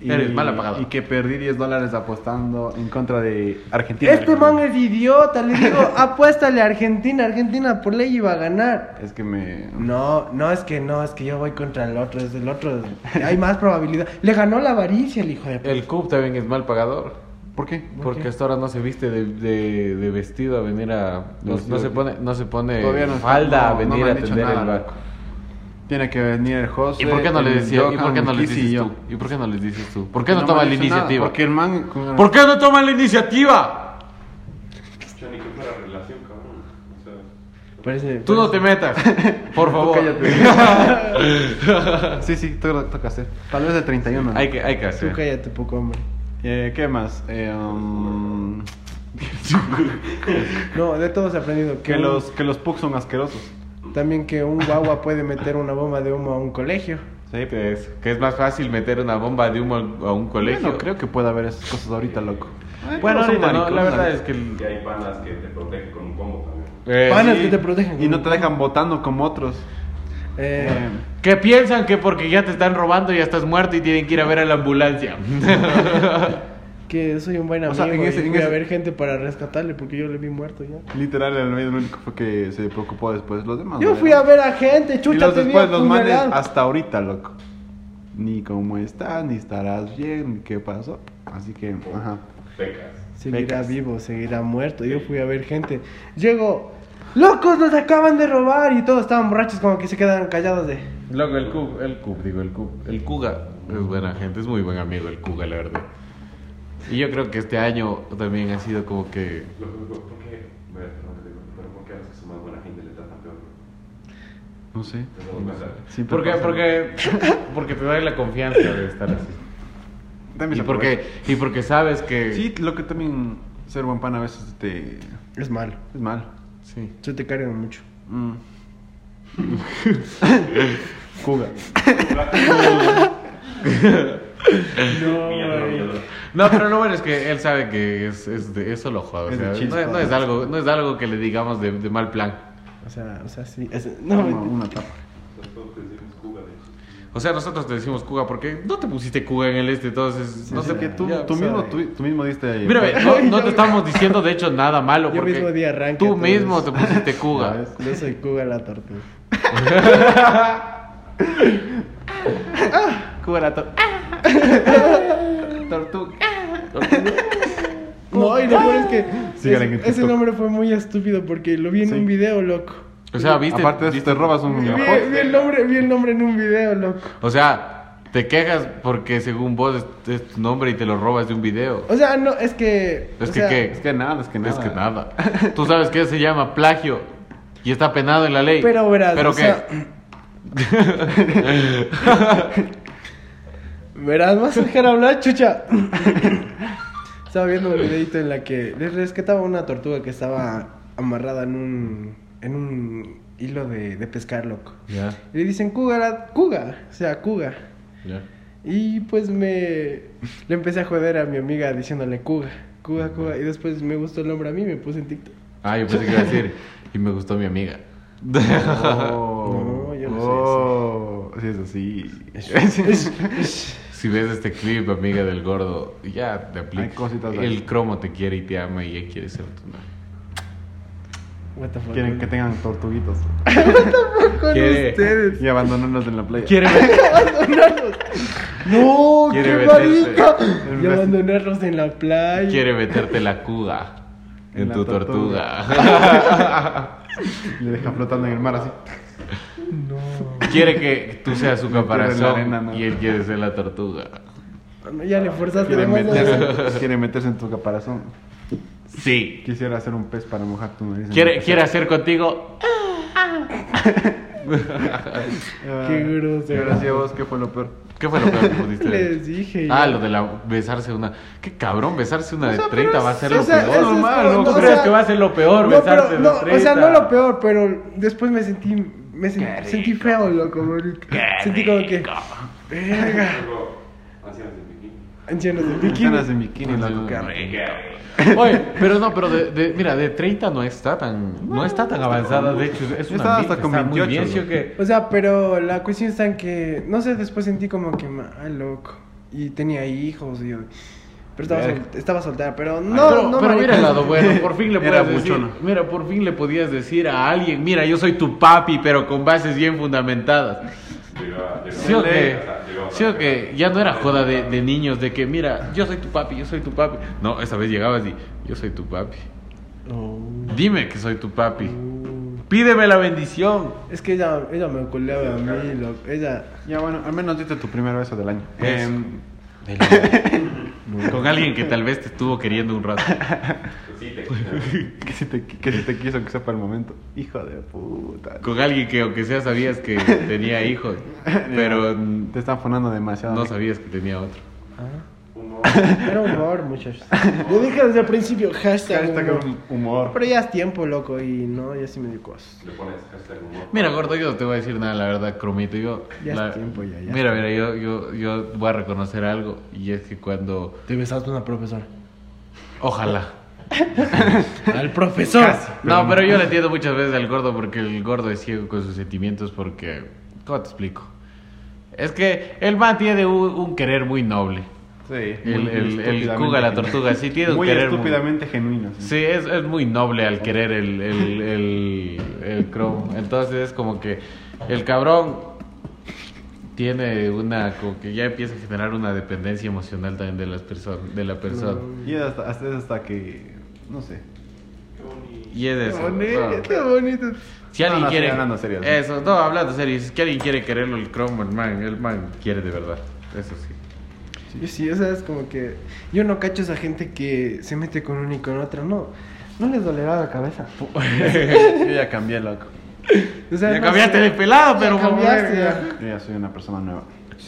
S3: Eres mal apagado.
S2: Y que perdí 10 dólares apostando en contra de Argentina.
S4: Este man es idiota. Le digo, apuéstale a Argentina. Argentina por ley iba a ganar.
S2: Es que me.
S4: No, no, es que no, es que yo voy contra el otro. Es el otro. Hay más probabilidad. Le ganó la avaricia el hijo de. p-
S3: El Cub también es mal pagador.
S2: ¿Por qué?
S3: Porque hasta ahora no se viste de, de- de vestido a venir a. No,
S2: Vestido.
S3: no se pone, no se pone
S2: Todavía no está-
S3: falda a
S2: no, no
S3: venir
S2: me
S3: a
S2: han dicho
S3: atender
S2: nada,
S3: el bar.
S2: loco. Tiene que venir el host.
S3: ¿Y por qué no le decía? ¿Y por qué no les dices tú? ¿Y por qué no les dices tú? ¿Por qué no, toman la iniciativa?
S2: Porque el man. con-
S3: ¿Por qué no toman la iniciativa?
S5: Pucha, ni que fuera relación, cabrón. O sea,
S4: Parece.
S3: Tú no te metas,
S2: *laughs*
S3: por favor. *laughs*
S2: Sí, sí, to- toca hacer. Tal vez de 31. ¿no?
S3: hay, que, hay que
S4: Tú
S3: hacer.
S4: cállate, poco hombre.
S2: Eh, ¿Qué más? Eh, um,
S4: No, de todos he aprendido que,
S2: que,
S4: un-
S2: los, que los pugs son asquerosos.
S4: también que un guagua puede meter una bomba de humo a un colegio.
S2: Sí,
S3: Es- pues, que es más fácil meter una bomba de humo a un colegio.
S2: Bueno, creo que puede haber esas cosas ahorita, loco.
S3: Bueno,
S2: son
S3: ahorita no,
S2: maricones,
S3: la verdad
S2: ¿no?
S3: es que... el-
S5: Y hay panas que te protegen con un combo también.
S3: eh,
S4: Panas
S3: sí.
S4: que te protegen.
S2: Y no te dejan votando como otros.
S4: Eh,
S2: Eh,
S3: Que piensan que porque ya te están robando ya estás muerto y tienen que ir a ver a la
S2: *laughs*
S3: ambulancia.
S4: que soy un buen
S2: O
S4: amigo
S2: sea, en ese-
S4: y
S2: en
S4: fui a
S2: ese-
S4: ver gente para rescatarle porque yo le vi muerto ya.
S2: literal, el medio único fue que se preocupó después. Los demás.
S4: Yo
S2: no,
S4: fui
S2: ¿no?
S4: a ver a gente,
S2: Y
S4: chuta,
S2: los
S4: te vi
S2: después,
S4: en
S2: los manes,
S4: funeral.
S2: hasta ahorita, loco. Ni cómo estás, ni estarás bien, ni qué pasó. Así que, ajá.
S5: Pecas.
S4: Seguirá
S2: Becas.
S4: vivo, seguirá muerto. Yo fui a ver gente. Llego, locos, nos acaban de robar. Y todos estaban borrachos, como que se quedan callados de.
S3: Loco, el Cub, el Cub, digo, el Cub. El Cuga es buena gente, es muy buen amigo el Cuga, la verdad. Y yo creo que este año también ha sido como que...
S5: Lo- lo- lo- ¿Por qué? Bueno, no te digo, pero ¿por qué a los que son más buena gente le tratan peor?
S2: No sé.
S5: Eso no pasa. *laughs*
S2: *laughs* Siempre
S3: Porque,
S2: pasa.
S3: porque, porque te da la confianza de estar así.
S2: También
S3: Y
S2: se
S3: porque, y porque sabes que...
S2: Sí, lo que también ser buen pan a veces te...
S4: Es malo,
S2: es malo.
S3: Sí.
S4: se te cargan mucho.
S2: *laughs* Mm.
S4: Cuga. no,
S5: Mierda,
S4: güey.
S5: mierda.
S3: No, pero lo bueno es que él sabe que es, es, de- es solo juego. o
S2: Es
S3: sea,
S2: de
S3: no,
S2: chispa.
S3: es- no es algo, no es algo que le digamos de, de mal plan.
S4: O sea, o sea, sí. es- no,
S2: Toma
S4: mentira.
S2: una tapa.
S5: Nosotros decimos Cuba, de hecho.
S3: O sea, nosotros te decimos Cuga porque no te pusiste Cuga en el este, entonces no
S2: No sé,
S3: sé
S2: que tú,
S3: ya,
S2: tú,
S3: o sea,
S2: mismo, tú, tú mismo diste ahí.
S3: Mira, ve, no, no te estamos diciendo de hecho nada malo
S4: Yo
S3: porque
S4: mismo di arranque a
S3: tú
S4: todo
S3: mismo te
S4: eso.
S3: pusiste
S2: Ya
S3: Cuga.
S2: ves.
S4: Yo soy Cuga la
S2: *laughs*
S4: tortuga.
S2: *laughs* Tortuga.
S4: No, y lo peor es que
S2: Síganle
S4: es-
S2: en
S4: ese
S2: TikTok.
S4: nombre fue muy estúpido porque lo vi en
S2: Sí.
S4: un video, loco.
S3: O sea, viste,
S2: Aparte de eso, te robas un...
S4: Vi, vi el nombre, vi el nombre en un video, loco.
S3: o sea, te quejas porque según vos es, es tu nombre y te lo robas de un video.
S4: O sea, no, es que.
S3: Es
S4: o
S3: que
S4: sea,
S3: qué,
S2: Es que nada, es que nada.
S3: Es que nada. Tú sabes que se llama plagio y está penado en la ley.
S4: Pero verás,
S3: ¿Pero
S4: o
S3: qué?
S4: sea, Verás, vas a dejar hablar, chucha. *laughs* estaba viendo un videito en la que les rescataba una tortuga que estaba amarrada en un, en un hilo de, de pescar, loco.
S3: *laughs* Ya,
S4: Y le dicen, cuga, la- cuga, o sea, cuga.
S3: ya.
S4: Y pues me... Le empecé a joder a mi amiga diciéndole cuga, cuga, cuga. Y después me gustó el nombre a mí, me puse en TikTok.
S3: Ah, yo pensé que iba a decir, y me gustó mi amiga.
S2: Oh,
S4: No, yo no sé
S2: oh, sí es así.
S4: *laughs*
S3: Si ves este clip, amiga del gordo, ya te aplicas.
S2: Hay cositas ahí.
S3: El cromo te quiere y te ama y ya quiere ser tu novio.
S4: What the fuck.
S2: Quieren que tengan tortuguitos.
S4: con
S3: Quiere-
S4: ustedes.
S2: Y abandonarnos en la playa.
S3: Quiere *laughs*
S4: No,
S3: Quiere
S4: qué
S3: meterse.
S4: marica.
S2: El
S4: Y
S2: mes-
S4: abandonarlos en la playa.
S3: Quiere meterte la cuga en,
S2: En la
S3: tu
S2: tortuga.
S3: tortuga.
S2: Le deja flotando en el mar así.
S4: No.
S3: quiere que tú seas su
S2: la
S3: caparazón
S2: arena, ¿no?
S3: y él quiere ser la tortuga.
S4: No, Ah, Ya le forzaste
S2: Quiere
S4: de más.
S2: meterse, quiere meterse en tu caparazón.
S3: Sí.
S2: Quisiera hacer un pez para mojar tu nariz. en
S3: Quiere,
S2: el-
S3: quiere hacer contigo.
S2: Ah,
S4: Qué
S2: y
S4: grosero.
S2: ahora sí a vos, ¿qué fue lo peor?
S3: ¿Qué fue lo peor que pudiste hacer?
S4: Les dije.
S3: Ah,
S4: ya.
S3: lo de la besarse una. Qué cabrón, besarse una
S4: O sea,
S3: de 30
S4: pero
S3: va a ser
S4: es-
S3: lo
S4: o sea,
S3: peor.
S4: eso es
S2: normal,
S4: como-
S2: ¿no?
S3: ¿Tú
S4: o
S3: crees
S4: sea,
S3: que va a ser lo peor
S4: no,
S3: besarse
S4: pero,
S3: de
S4: no, O
S3: 30?
S4: sea, no lo peor, pero después me sentí. Me sen- sentí feo, loco, marica. Sentí como que. Verga.
S5: Luego, ancianos en bikini.
S4: Ancianos de bikini.
S2: Bikini. en bikini,
S3: No,
S2: loco.
S3: no,
S2: qué
S3: no,
S2: rico.
S3: Oye, pero no, pero de, de- mira, de 30 no está tan no está tan avanzada, de hecho es una
S2: Está hasta
S3: mil-
S2: con
S3: está muy
S2: 28,
S3: bien,
S2: ¿no?
S3: sí o qué?
S4: O sea, pero la cuestión está en que, no sé, después sentí como que mal, loco. Y tenía hijos y yo... Pero estaba,
S2: Verga.
S4: sol- estaba soltera, pero no,
S3: pero,
S4: no,
S3: pero
S4: marica.
S3: mira el
S4: *laughs*
S3: lado bueno, por fin le
S2: Era
S3: podías decir,
S2: buchona.
S3: mira, por fin le podías decir a alguien, mira, yo soy tu papi, pero con bases bien fundamentadas.
S5: Llegaba- llegaba-
S3: ¿Sí o qué?
S5: Llegaba-
S3: ¿Sí o qué? Ya no era joda de, de niños de que, mira, yo soy tu papi, yo soy tu papi. No, esa vez llegabas y, yo soy tu papi.
S4: Oh,
S3: Dime que soy tu papi.
S4: uh.
S3: Pídeme la bendición.
S4: Es que ella, ella me culeaba a mí, loco. Ella... Pues,
S2: Ya bueno, al menos diste tu primer beso del año.
S3: Eso.
S2: Em,
S3: *laughs* Con alguien que tal vez te estuvo queriendo un rato.
S5: Que sí, te quitan.
S2: Que si te, que si te quiso que sepa el momento. Hijo de puta.
S3: Con alguien que aunque sea sabías que tenía hijos, pero
S2: Te están fonando demasiado.
S3: no sabías que tenía otro.
S5: Uno.
S4: Era humor, muchachos. Yo dije desde el principio, hashtag
S2: Hashtag
S4: humor.
S2: humor.
S4: Pero ya es tiempo, loco, y no, ya sí me dio cosas.
S5: Le pones hashtag humor.
S3: Mira, gordo, yo no te voy a decir nada, la verdad, cromito. Yo,
S4: Ya es
S3: la-
S4: tiempo, ya, ya es
S3: Mira, mira, yo, yo, yo voy a reconocer algo y es que cuando.
S6: Te besaste una profesora.
S3: Ojalá.
S6: *laughs* Al profesor.
S3: No, pero yo le entiendo muchas veces al gordo porque el gordo es ciego con sus sentimientos porque... ¿Cómo te explico? Es que el man tiene un, un querer muy noble.
S2: Sí.
S3: El- el-
S2: muy
S3: el
S2: estúpidamente
S3: Kuga, la
S2: genuino.
S3: tortuga, sí tiene un
S2: Muy
S3: querer muy-
S2: estúpidamente genuino. sí.
S3: Sí, es, es muy noble al querer el, el, el, el Chrome. Entonces es como que el cabrón tiene una... Como que ya empieza a generar una dependencia emocional también de, las personas de la persona.
S2: Y es hasta, hasta, es hasta que. No sé.
S3: Y es eso. ¿no?
S4: bonito.
S3: Si alguien
S2: No, no,
S3: quiere.
S2: estoy hablando serio, sí.
S3: Eso, no, hablando serio. Si es que alguien quiere quererlo, el cromo, el man, el man quiere de verdad. Eso
S4: *laughs*
S3: sí.
S4: Yo sí, o sea, es como que. Yo no cacho esa gente que se mete con una y con otra, no. No les dolerá la cabeza.
S2: Yo ya cambié, loco.
S4: O sea,
S3: ya
S4: no
S3: cambiaste
S4: sé,
S3: de pelado,
S4: ya
S3: pero como
S4: cambiaste,
S3: verga.
S4: ya.
S2: Yo ya soy una persona nueva.
S3: *laughs*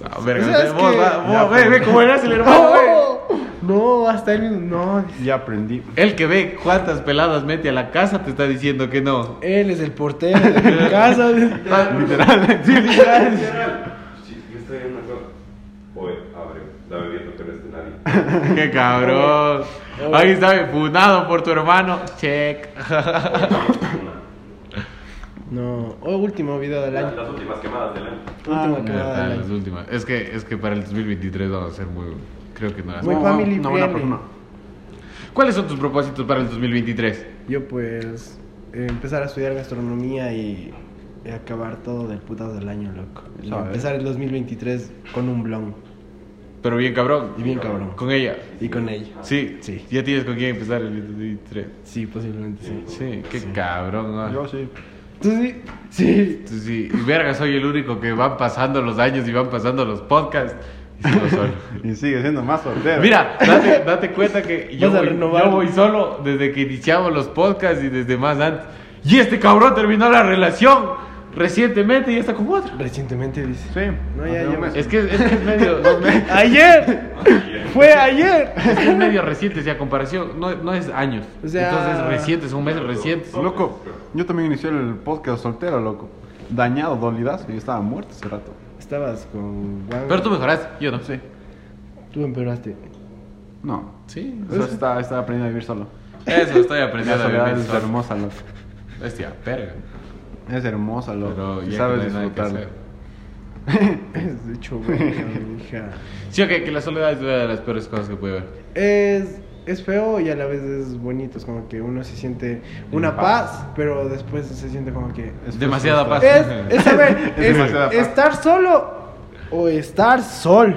S2: Sí.
S3: Ah, verga,
S4: O sea, es
S3: vos,
S4: que-
S3: va- vos,
S2: Ya, pues.
S3: ve,
S2: pero-
S3: ve cómo eras el hermano, güey.
S4: No, no, hasta él mismo. No,
S2: Ya aprendí.
S3: El que ve cuántas peladas mete a la casa te está diciendo que no. Ah,
S4: él es el portero de
S3: *laughs*
S4: mi casa.
S2: Literal. Sí, literal.
S5: *laughs* Sí, yo estoy en una cosa. Oye, abre, la bebiendo que no es de nadie.
S3: Qué cabrón. Ahí está, eh, funado por tu hermano. Check.
S4: Ah,
S5: Una.
S4: No, hoy último video del
S5: La-
S4: año.
S5: Las últimas quemadas del año.
S4: Última
S2: Ah,
S4: cagada
S3: Ah,
S4: del
S3: las
S4: año.
S3: últimas. Es que, es que para el 2023 vamos a ser muy. Creo que no las
S4: Muy family
S2: no, buena
S4: friendly.
S2: persona.
S3: ¿Cuáles son tus propósitos para el 2023?
S4: Yo, pues, eh, empezar a estudiar gastronomía y, y acabar todo del putazo del año, loco. Y
S2: Sabe.
S4: empezar el 2023 con un blon
S3: Pero bien cabrón.
S4: Y bien cabrón.
S3: Con ella.
S4: y con ella.
S3: Sí,
S4: Sí.
S3: Ya tienes con quién empezar el 2023.
S4: Sí, posiblemente sí.
S3: Sí, qué cabrón. ¿no?
S2: Yo sí.
S4: ¿Tú sí? Sí.
S3: Tú sí, y verga, soy el único que van pasando los años y van pasando los podcasts. Y sigo
S4: *laughs*
S3: solo.
S2: Y sigue siendo más soltero.
S3: Mira, date, date cuenta que yo
S4: Vas a
S3: voy,
S4: renovar.
S3: yo voy solo desde que iniciamos los podcasts y desde más antes. Y este cabrón terminó la relación recientemente y ya está con otra.
S4: Recientemente dice.
S2: Sí.
S4: No,
S2: hace
S4: ya,
S2: un
S4: ya.
S2: mes.
S3: Es que es, que es medio, no, me-
S4: ¡Ayer! ¡Fue ayer!
S3: es que es medio reciente, si a comparación, no, no es años.
S4: O sea-
S3: Entonces es reciente, son meses recientes.
S2: Loco, yo también inicié el podcast soltero, loco. Dañado, dolidazo. Yo estaba muerto ese rato.
S4: Estabas con Juan.
S3: Pero tú mejoraste, yo no.
S2: Sí.
S3: *laughs*
S4: Tú empeoraste.
S2: No.
S3: Pues Sí,
S2: O sea, estaba, estaba aprendiendo a vivir solo.
S3: Eso, estoy
S2: La
S3: aprendiendo a
S2: soledad
S3: vivir
S2: es
S3: solo.
S2: hermosa, loco.
S3: Hostia, verga.
S2: Es hermosa, loco.
S3: Pero
S2: Y
S3: ya que
S2: sabes
S3: no hay nada que
S2: disfrutarla.
S3: hacer.
S4: Es de hecho, güey, hija.
S3: Sí, ok, que la soledad es una de las peores cosas que puede haber.
S4: Es, es feo y a la vez es bonito. Es como que uno se siente una paz, pero después se siente como que.
S2: Es
S3: Demasiada paz.
S4: Es, es saber,
S2: Es
S4: es
S2: demasiada paz.
S4: estar solo o estar sol.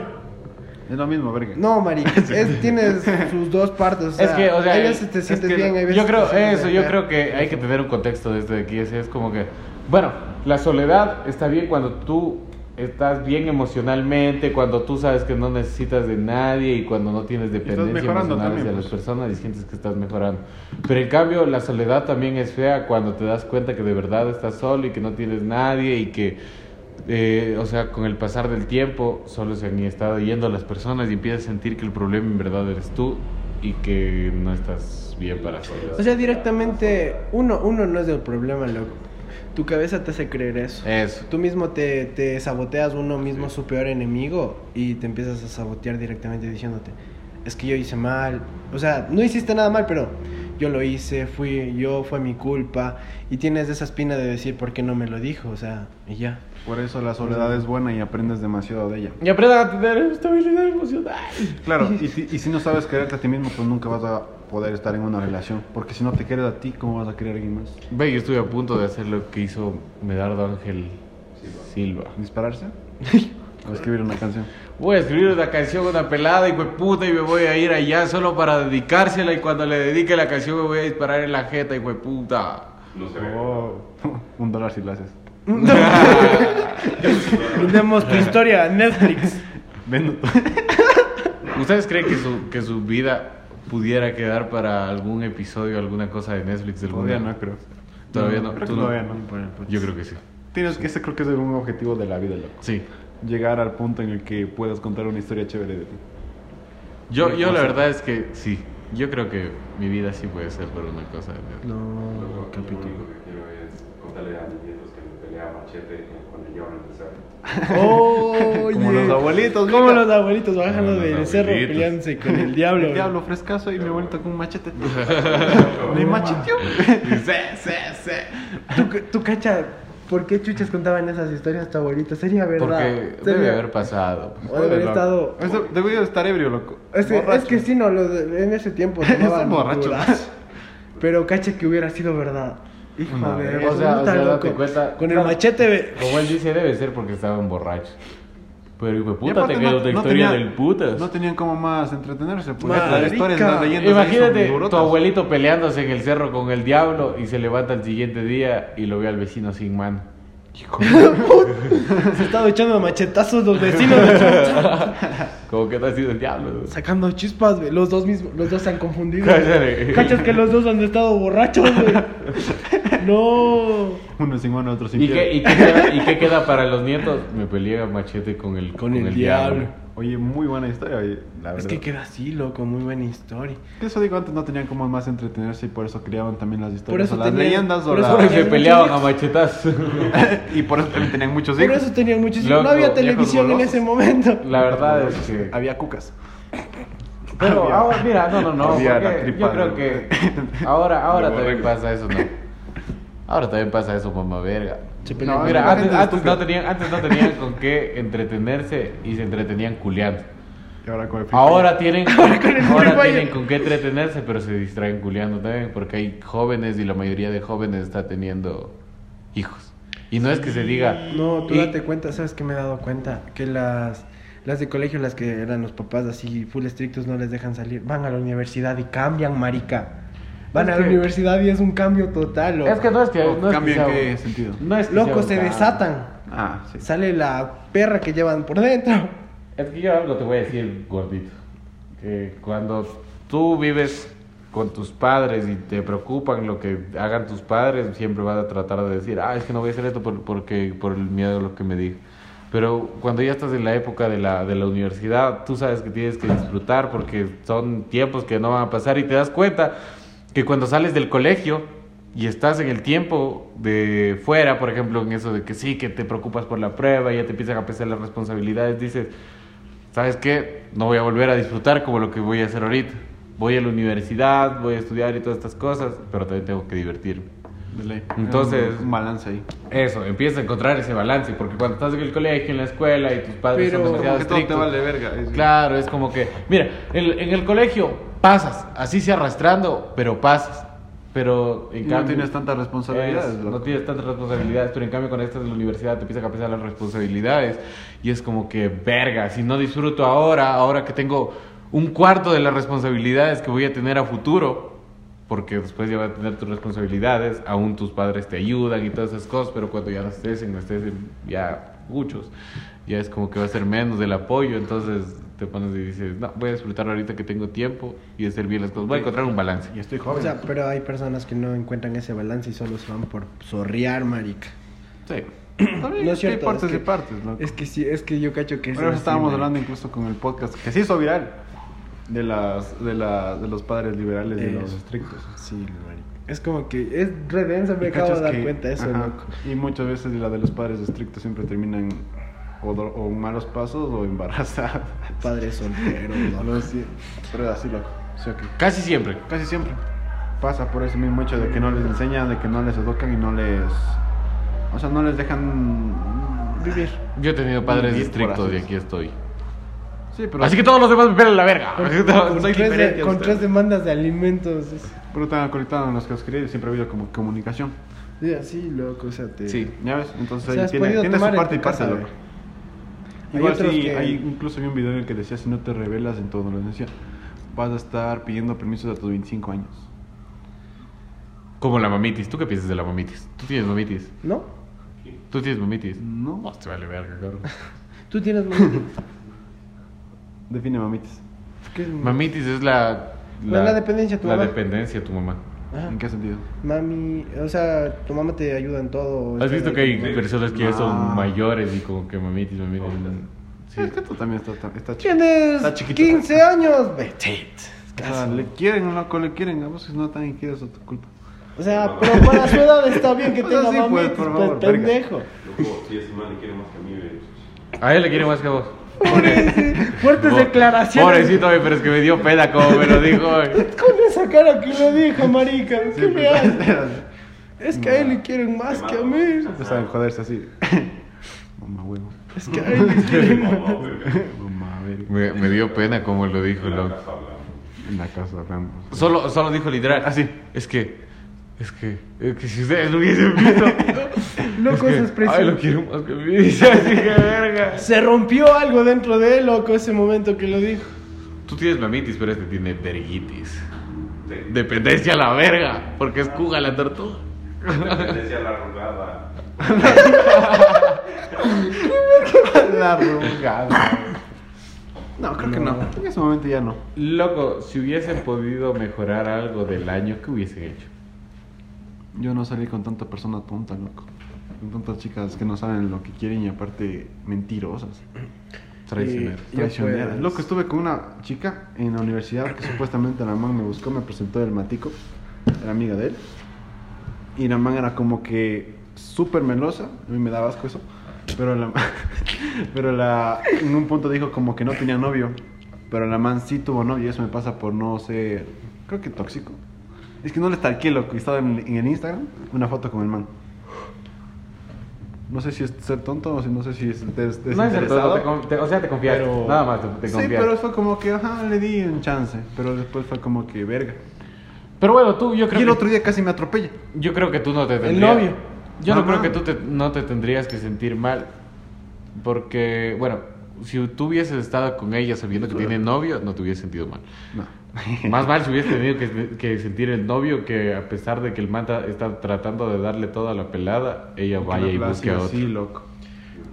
S2: Es lo mismo, verga.
S4: No, marica, es, tienes sus dos partes. o
S3: es
S4: sea,
S3: que, o sea,
S4: hay veces te
S3: es
S4: sientes
S3: que
S4: bien, hay veces
S3: yo creo
S4: te sientes
S3: eso,
S4: de
S3: yo
S4: ver.
S3: creo que hay que tener un contexto de esto de aquí, es, es como que, bueno, la soledad está bien cuando tú estás bien emocionalmente, cuando tú sabes que no necesitas de nadie y cuando no tienes dependencia
S2: mejorando
S3: emocional
S2: también,
S3: hacia las
S2: pues.
S3: personas y sientes que estás mejorando. Pero en cambio, la soledad también es fea cuando te das cuenta que de verdad estás solo y que no tienes nadie y que eh, o sea, con el pasar del tiempo, solo se han estado yendo las personas y empiezas a sentir que el problema en verdad eres tú y que no estás bien para hacerlo.
S4: O sea, directamente, uno, uno no es el problema, loco. Tu cabeza te hace creer eso.
S2: Eh.
S3: Eso.
S4: Tú mismo te, te saboteas uno mismo su peor enemigo y te empiezas a sabotear directamente diciéndote, es que yo hice mal. O sea, no hiciste nada mal, pero yo lo hice, fui yo, fue mi culpa. Y tienes esa espina de decir, ¿por qué no me lo dijo? O sea,
S2: *laughs*
S4: y ya.
S2: Por eso la soledad es buena y aprendes demasiado de ella.
S3: Y aprendan a tener estabilidad emocional.
S2: Claro, y si, y si no sabes quererte a ti mismo, pues nunca vas a poder estar en una relación. Porque si no te quieres a ti, ¿cómo vas a querer a alguien más?
S3: Ve, yo estuve a punto de hacer lo que hizo Medardo Ángel Silva.
S2: ¿Dispararse? ¿O escribir una canción?
S3: Voy a escribir una canción, una pelada y puta y me voy a ir allá solo para dedicársela y cuando le dedique la canción me voy a disparar en la jeta y *laughs* puta.
S5: No se
S2: Oh,
S5: ve.
S2: *laughs* Un dólar si lo haces.
S4: Vendemos tu historia a Netflix.
S2: Vendo todo.
S3: ¿Ustedes creen que su, que su vida pudiera quedar para algún episodio, alguna cosa de Netflix del
S2: Todavía
S3: mundo?
S2: no creo.
S3: Todavía no.
S2: Creo
S3: tú
S2: que
S3: no.
S2: todavía no.
S3: Yo creo que sí.
S2: Tienes que, ese creo que es un objetivo de la vida, loco.
S3: Sí.
S2: Llegar al punto en el que puedas contar una historia chévere de ti.
S3: Yo, yo la verdad es que sí. Yo creo que mi vida sí puede ser por una cosa de Netflix.
S4: No,
S5: Loco, yo lo
S4: capítulo.
S5: único que quiero es contarle a mis nietos que me pelea machete cuando yo no empecé.
S2: Como los abuelitos,
S4: Como
S2: mira.
S4: los abuelitos bajan
S3: Como
S4: los
S3: los
S4: del cerro
S3: abuelitos.
S4: peleándose con el diablo.
S2: El diablo frescaso y mi abuelita con
S3: *laughs*
S2: un machete. Me macheteó.
S4: ¿Tú, tú cacha, ¿por qué chuchas contaban esas historias tu abuelita? Sería verdad.
S3: Porque
S4: sería-
S3: debe haber pasado.
S4: O de haber estado.
S2: Eso debería de estar ebrio, loco.
S4: Es que,
S2: Borracho.
S4: es que sí, no, lo de- en ese tiempo.
S3: *laughs*
S2: Es un
S4: tomaban
S2: borracho.
S4: duras. Pero cacha que hubiera sido verdad. Hijo
S2: Una
S4: de
S2: vez.
S3: O sea, o
S4: puta,
S3: sea, date
S4: loco.
S3: cuenta.
S4: Con el machete. ve-
S3: Como él dice, debe ser porque estaban borrachos. Pero hijo de
S2: Y
S3: puta,
S2: aparte
S3: te quedó
S2: no-
S3: tu
S2: no
S3: historia
S2: tenía-
S3: del putas.
S2: No tenían como más entretenerse, pues.
S4: Marica.
S2: Las historias, las leyendas. ahí son
S3: Imagínate tu
S2: brutas.
S3: abuelito peleándose en el cerro con el diablo y se levanta el siguiente día y lo ve al vecino sin mano.
S4: Se estaba echando machetazos los
S3: *laughs*
S4: vecinos. de-
S3: Como que no ha sido el diablo.
S4: Sacando chispas, ve, Los dos mismos, los dos se han confundido.
S3: Cállate.
S4: Cachas que los dos han estado borrachos,
S3: *laughs*
S4: güey. No.
S2: Uno sin mano, otro sin
S3: ¿Y
S2: pie.
S3: qué, y, qué queda, y qué queda para los nietos? Me peleé a machete con el,
S4: Con el diablo.
S2: Oye, muy buena historia, oye, la verdad.
S4: Es que queda así, loco. Muy buena historia.
S2: Que eso digo, antes no tenían como más entretenerse y por eso creaban también las historias.
S4: Por eso
S2: o las
S4: tenían-
S2: leyendas o
S4: por eso
S2: las-
S3: Porque se
S4: tenían
S3: peleaban a
S4: muchos
S3: machetazos.
S2: *laughs* y por eso también tenían muchos
S4: Por
S2: hijos.
S4: eso tenían muchísimo.
S3: Loco,
S4: No había
S3: viejos
S4: televisión en
S2: golosos.
S4: ese momento.
S3: *laughs* La verdad es que. *laughs*
S2: Había cucas.
S3: Pero
S2: Había-
S3: ahora, mira, no, no, no.
S2: había la
S3: porque
S2: tripa
S3: yo creo *laughs*
S2: de-
S3: que ahora, ahora
S2: de
S3: también
S2: borrego.
S3: pasa eso, ¿no? Ahora también pasa eso, mamá verga.
S4: Se
S2: pelean.
S3: No, mira,
S2: La
S3: antes,
S2: gente
S3: antes
S2: estúpida.
S3: no tenían, antes no tenían con qué entretenerse y se entretenían culeando.
S2: Y ahora con el Free
S3: Ahora tienen,
S4: Free
S3: ahora
S4: Fire.
S3: tienen con qué entretenerse, pero se distraen culeando también, porque hay jóvenes y la mayoría de jóvenes está teniendo hijos. Y no es que se diga.
S4: No, tú
S3: y-
S4: date cuenta, ¿sabes que me he dado cuenta? Que las, las de colegio, las que eran los papás así full estrictos, no les dejan salir. Van a la universidad y cambian, marica. Van
S3: Es
S4: a la
S3: que-
S4: universidad y es un cambio total, loco.
S3: Es que no es que.
S2: Fire.
S3: No es que
S2: ¿Cambio en
S3: sea-
S2: qué sentido?
S3: no es que
S4: Loco,
S3: sea-
S4: se desatan.
S2: Ah, sí.
S4: Sale la perra que llevan por dentro.
S3: Es que yo algo te voy a decir, gordito. Que cuando tú vives con tus padres y te preocupan lo que hagan tus padres, siempre vas a tratar de decir, ah, es que no voy a hacer esto por, porque, por el miedo a lo que me digan. Pero cuando ya estás en la época de la, de la universidad, tú sabes que tienes que disfrutar porque son tiempos que no van a pasar y te das cuenta que cuando sales del colegio, y estás en el tiempo de fuera, por ejemplo, en eso de que sí, que te preocupas por la prueba, ya te empiezan a pesar las responsabilidades, dices, ¿sabes qué? No voy a volver a disfrutar como lo que voy a hacer ahorita. Voy a la universidad, voy a estudiar y todas estas cosas, pero también tengo que divertirme.
S2: De ley.
S3: Entonces-
S2: Un, un balance ahí.
S3: Eso, empieza a encontrar ese balance, porque cuando estás en el colegio, en la escuela y tus padres
S4: Pero-
S3: son
S4: Como
S3: demasiado
S2: Como que todo te
S3: estrictos,
S2: vale verga. es-
S3: Claro, es como que, mira, en, en el colegio pasas, así se arrastrando, pero pasas. Pero en
S2: Y no
S3: cambio
S2: tienes tantas responsabilidades,
S3: es-
S2: loco.
S3: no tienes tantas responsabilidades, pero en cambio con estas de la universidad te empiezan a pesar las responsabilidades y es como que verga, si no disfruto ahora, ahora que tengo un cuarto de las responsabilidades que voy a tener a futuro, porque después ya vas a tener tus responsabilidades, aún tus padres te ayudan y todas esas cosas, pero cuando ya no estés en, no estés en- ya muchos, ya es como que va a ser menos del apoyo, entonces te pones y dices, no, voy a disfrutar ahorita que tengo tiempo y hacer bien las cosas, voy a encontrar un balance.
S2: Y estoy
S4: O
S2: joven.
S4: sea, pero hay personas que no encuentran ese balance y solo se van por zorrear, marica.
S2: sí. *clears throat*
S4: No
S2: No
S4: es cierto,
S2: partes
S4: es que-
S2: y partes, loco.
S4: Es que sí, es que yo cacho que es
S2: Ahora
S4: así,
S2: estábamos
S4: marica.
S2: hablando incluso con el podcast que se hizo viral de las de, la, de los padres liberales y
S4: Eso.
S2: los estrictos.
S4: Sí, marica. Es como que es redensa, me
S2: Y
S4: acabo de
S2: cachas
S4: dar
S2: que-
S4: cuenta de eso,
S2: ajá,
S4: loco.
S2: Y muchas veces la de los padres estrictos siempre terminan o, do- o malos pasos o embarazadas. *laughs*
S4: Padre soltero,
S2: No
S4: loco.
S2: sé, pero así loco. Sí, ok.
S3: Casi siempre.
S2: Casi siempre pasa por ese mismo hecho de que no les enseñan, de que no les educan y no les. O sea, no les dejan Ah. vivir.
S3: Yo he tenido padres
S2: Vivir, por así
S3: estrictos y
S2: decirlo.
S3: aquí estoy.
S2: Sí, pero.
S3: Así que todos los demás me pelan la verga. *laughs*
S2: *laughs*
S4: Con,
S3: Soy
S4: tres,
S3: diferente
S4: de-
S3: a
S4: con
S3: ustedes.
S4: tres demandas de alimentos. es-
S2: Pero tan conectado en los que os quería y siempre ha habido como comunicación.
S4: Sí, así, loco, o sea, te...
S3: Sí.
S2: ¿Ya ves? Entonces
S4: O sea,
S2: ahí
S4: has
S2: tiene,
S4: podido
S2: tiene su
S4: tomar en
S2: parte y
S4: tu
S2: parte,
S4: casa,
S2: loco.
S4: güey. Hay
S2: Igual sí,
S4: otros que-
S2: hay, incluso vi un video en el que decía, si no te revelas en tu adolescencia, vas a estar pidiendo permisos a tus 25 años.
S3: Como la mamitis. ¿Tú qué piensas de la mamitis? Tú tienes mamitis.
S4: ¿No?
S3: Tú tienes mamitis.
S2: No.
S3: No, te vale verga, cabrón.
S2: *laughs*
S4: ¿Tú tienes mamitis?
S2: Define mamitis.
S4: ¿Qué
S3: *laughs*
S4: es
S3: Mamitis es la.
S4: Bueno, la dependencia de tu
S3: la
S4: mamá.
S3: dependencia de tu mamá.
S4: Ajá.
S2: ¿En qué sentido?
S4: Mami, o sea, tu mamá te ayuda en todo.
S3: ¿Has visto que hay personas que ya
S2: Ah.
S3: son mayores y como que mamitis, mamitis? Sí.
S4: Ah.
S2: Es que tú también estás está, está
S4: *laughs*
S2: chido.
S4: Tienes
S2: Está chiquito.
S4: 15 años, vete.
S2: O sea, le quieren, loco, le quieren. A vos si no tan y quieres, es tu
S4: *laughs*
S2: culpa.
S4: O sea, pero para su edad está bien
S2: *laughs*
S4: que
S2: O sea,
S4: tenga
S2: sí, pues,
S4: mamitis,
S2: por
S4: pues,
S2: favor, verga.
S4: pendejo.
S5: Loco, si ese man le quiere más que a mí, ve.
S3: A él le quiere más que a vos. *laughs*
S4: Fuertes
S3: Bo-
S4: declaraciones.
S3: Pobrecito, güey, pero es que me dio peda como me lo dijo.
S4: *laughs*
S3: güey.
S4: Con esa cara que me dijo, marica, ¿qué
S2: pues.
S4: me haces?
S2: *laughs*
S4: Es que a él le quieren más que a mí.
S2: Ya saben, joderse así. *laughs* Mamá huevo.
S4: Es que a él le
S5: *laughs*
S4: quieren más.
S5: Mamá,
S2: *laughs*
S5: verga.
S2: Mamá verga.
S3: Me, me dio pena como lo dijo.
S5: En la
S3: loco.
S5: casa hablamos.
S2: En la casa hablamos.
S3: Solo, solo dijo literal. Así. Es que. Es que. Es que si ustedes lo hubiesen *laughs* visto.
S4: Loco,
S3: es
S4: esa
S3: que, Ay, lo
S4: expresión.
S3: quiero más que a mí. Dice *laughs* así que verga.
S4: Se rompió algo dentro de él, loco, ese momento que lo dijo.
S3: Tú tienes mamitis, pero este tiene verguitis.
S5: De-
S3: Dependencia a la verga. Porque es cuga la tortuga.
S5: Dependencia a la arrugada.
S2: *laughs* La arrugada. No, creo que no. En ese momento ya no.
S3: Loco, si hubiesen podido mejorar algo del año, ¿qué hubiesen hecho?
S2: Yo no salí con tanta persona tonta, loco. Con tantas chicas que no saben lo que quieren y aparte mentirosas.
S3: Traicionero.
S4: Y-
S2: Traicioneras.
S4: pues-
S2: Loco, estuve con una chica en la universidad que supuestamente la man me buscó, me presentó el matico. Era amiga de él. Y la man era como que súper melosa. A mí me daba asco eso. Pero la, *laughs* pero la en un punto dijo como que no tenía novio. Pero la man sí tuvo novio y eso me pasa por no ser, creo que tóxico. Es que no le estalqué, loco. Y estaba en, en el Instagram una foto con el man. No sé si es ser tonto o si no sé si es des-
S3: No es
S2: desinteresado.
S3: cierto, te con- te- o sea, te confías.
S4: Pero-
S3: Nada más te, te
S2: Sí,
S3: confías.
S2: pero
S3: pero...
S2: fue como que, ajá, le di un chance. Pero después fue como que, verga.
S3: bueno, tú, yo creo,
S2: Y el
S3: que,
S2: otro día casi me atropella.
S3: yo creo que tú no te tendrías.
S4: novio.
S3: Yo no
S2: Ajá.
S3: creo que tú te- no te tendrías que sentir mal. Porque, bueno, si tú hubieses estado con ella sabiendo que tiene novio, no te hubieses sentido mal.
S2: No.
S3: *laughs* Más mal si hubieses tenido
S2: *laughs*
S3: que, que sentir el novio que, a pesar de que el mata está tratando de darle toda la pelada, ella vaya y
S2: Habla
S3: busque
S2: así,
S3: a otro.
S2: Sí, loco.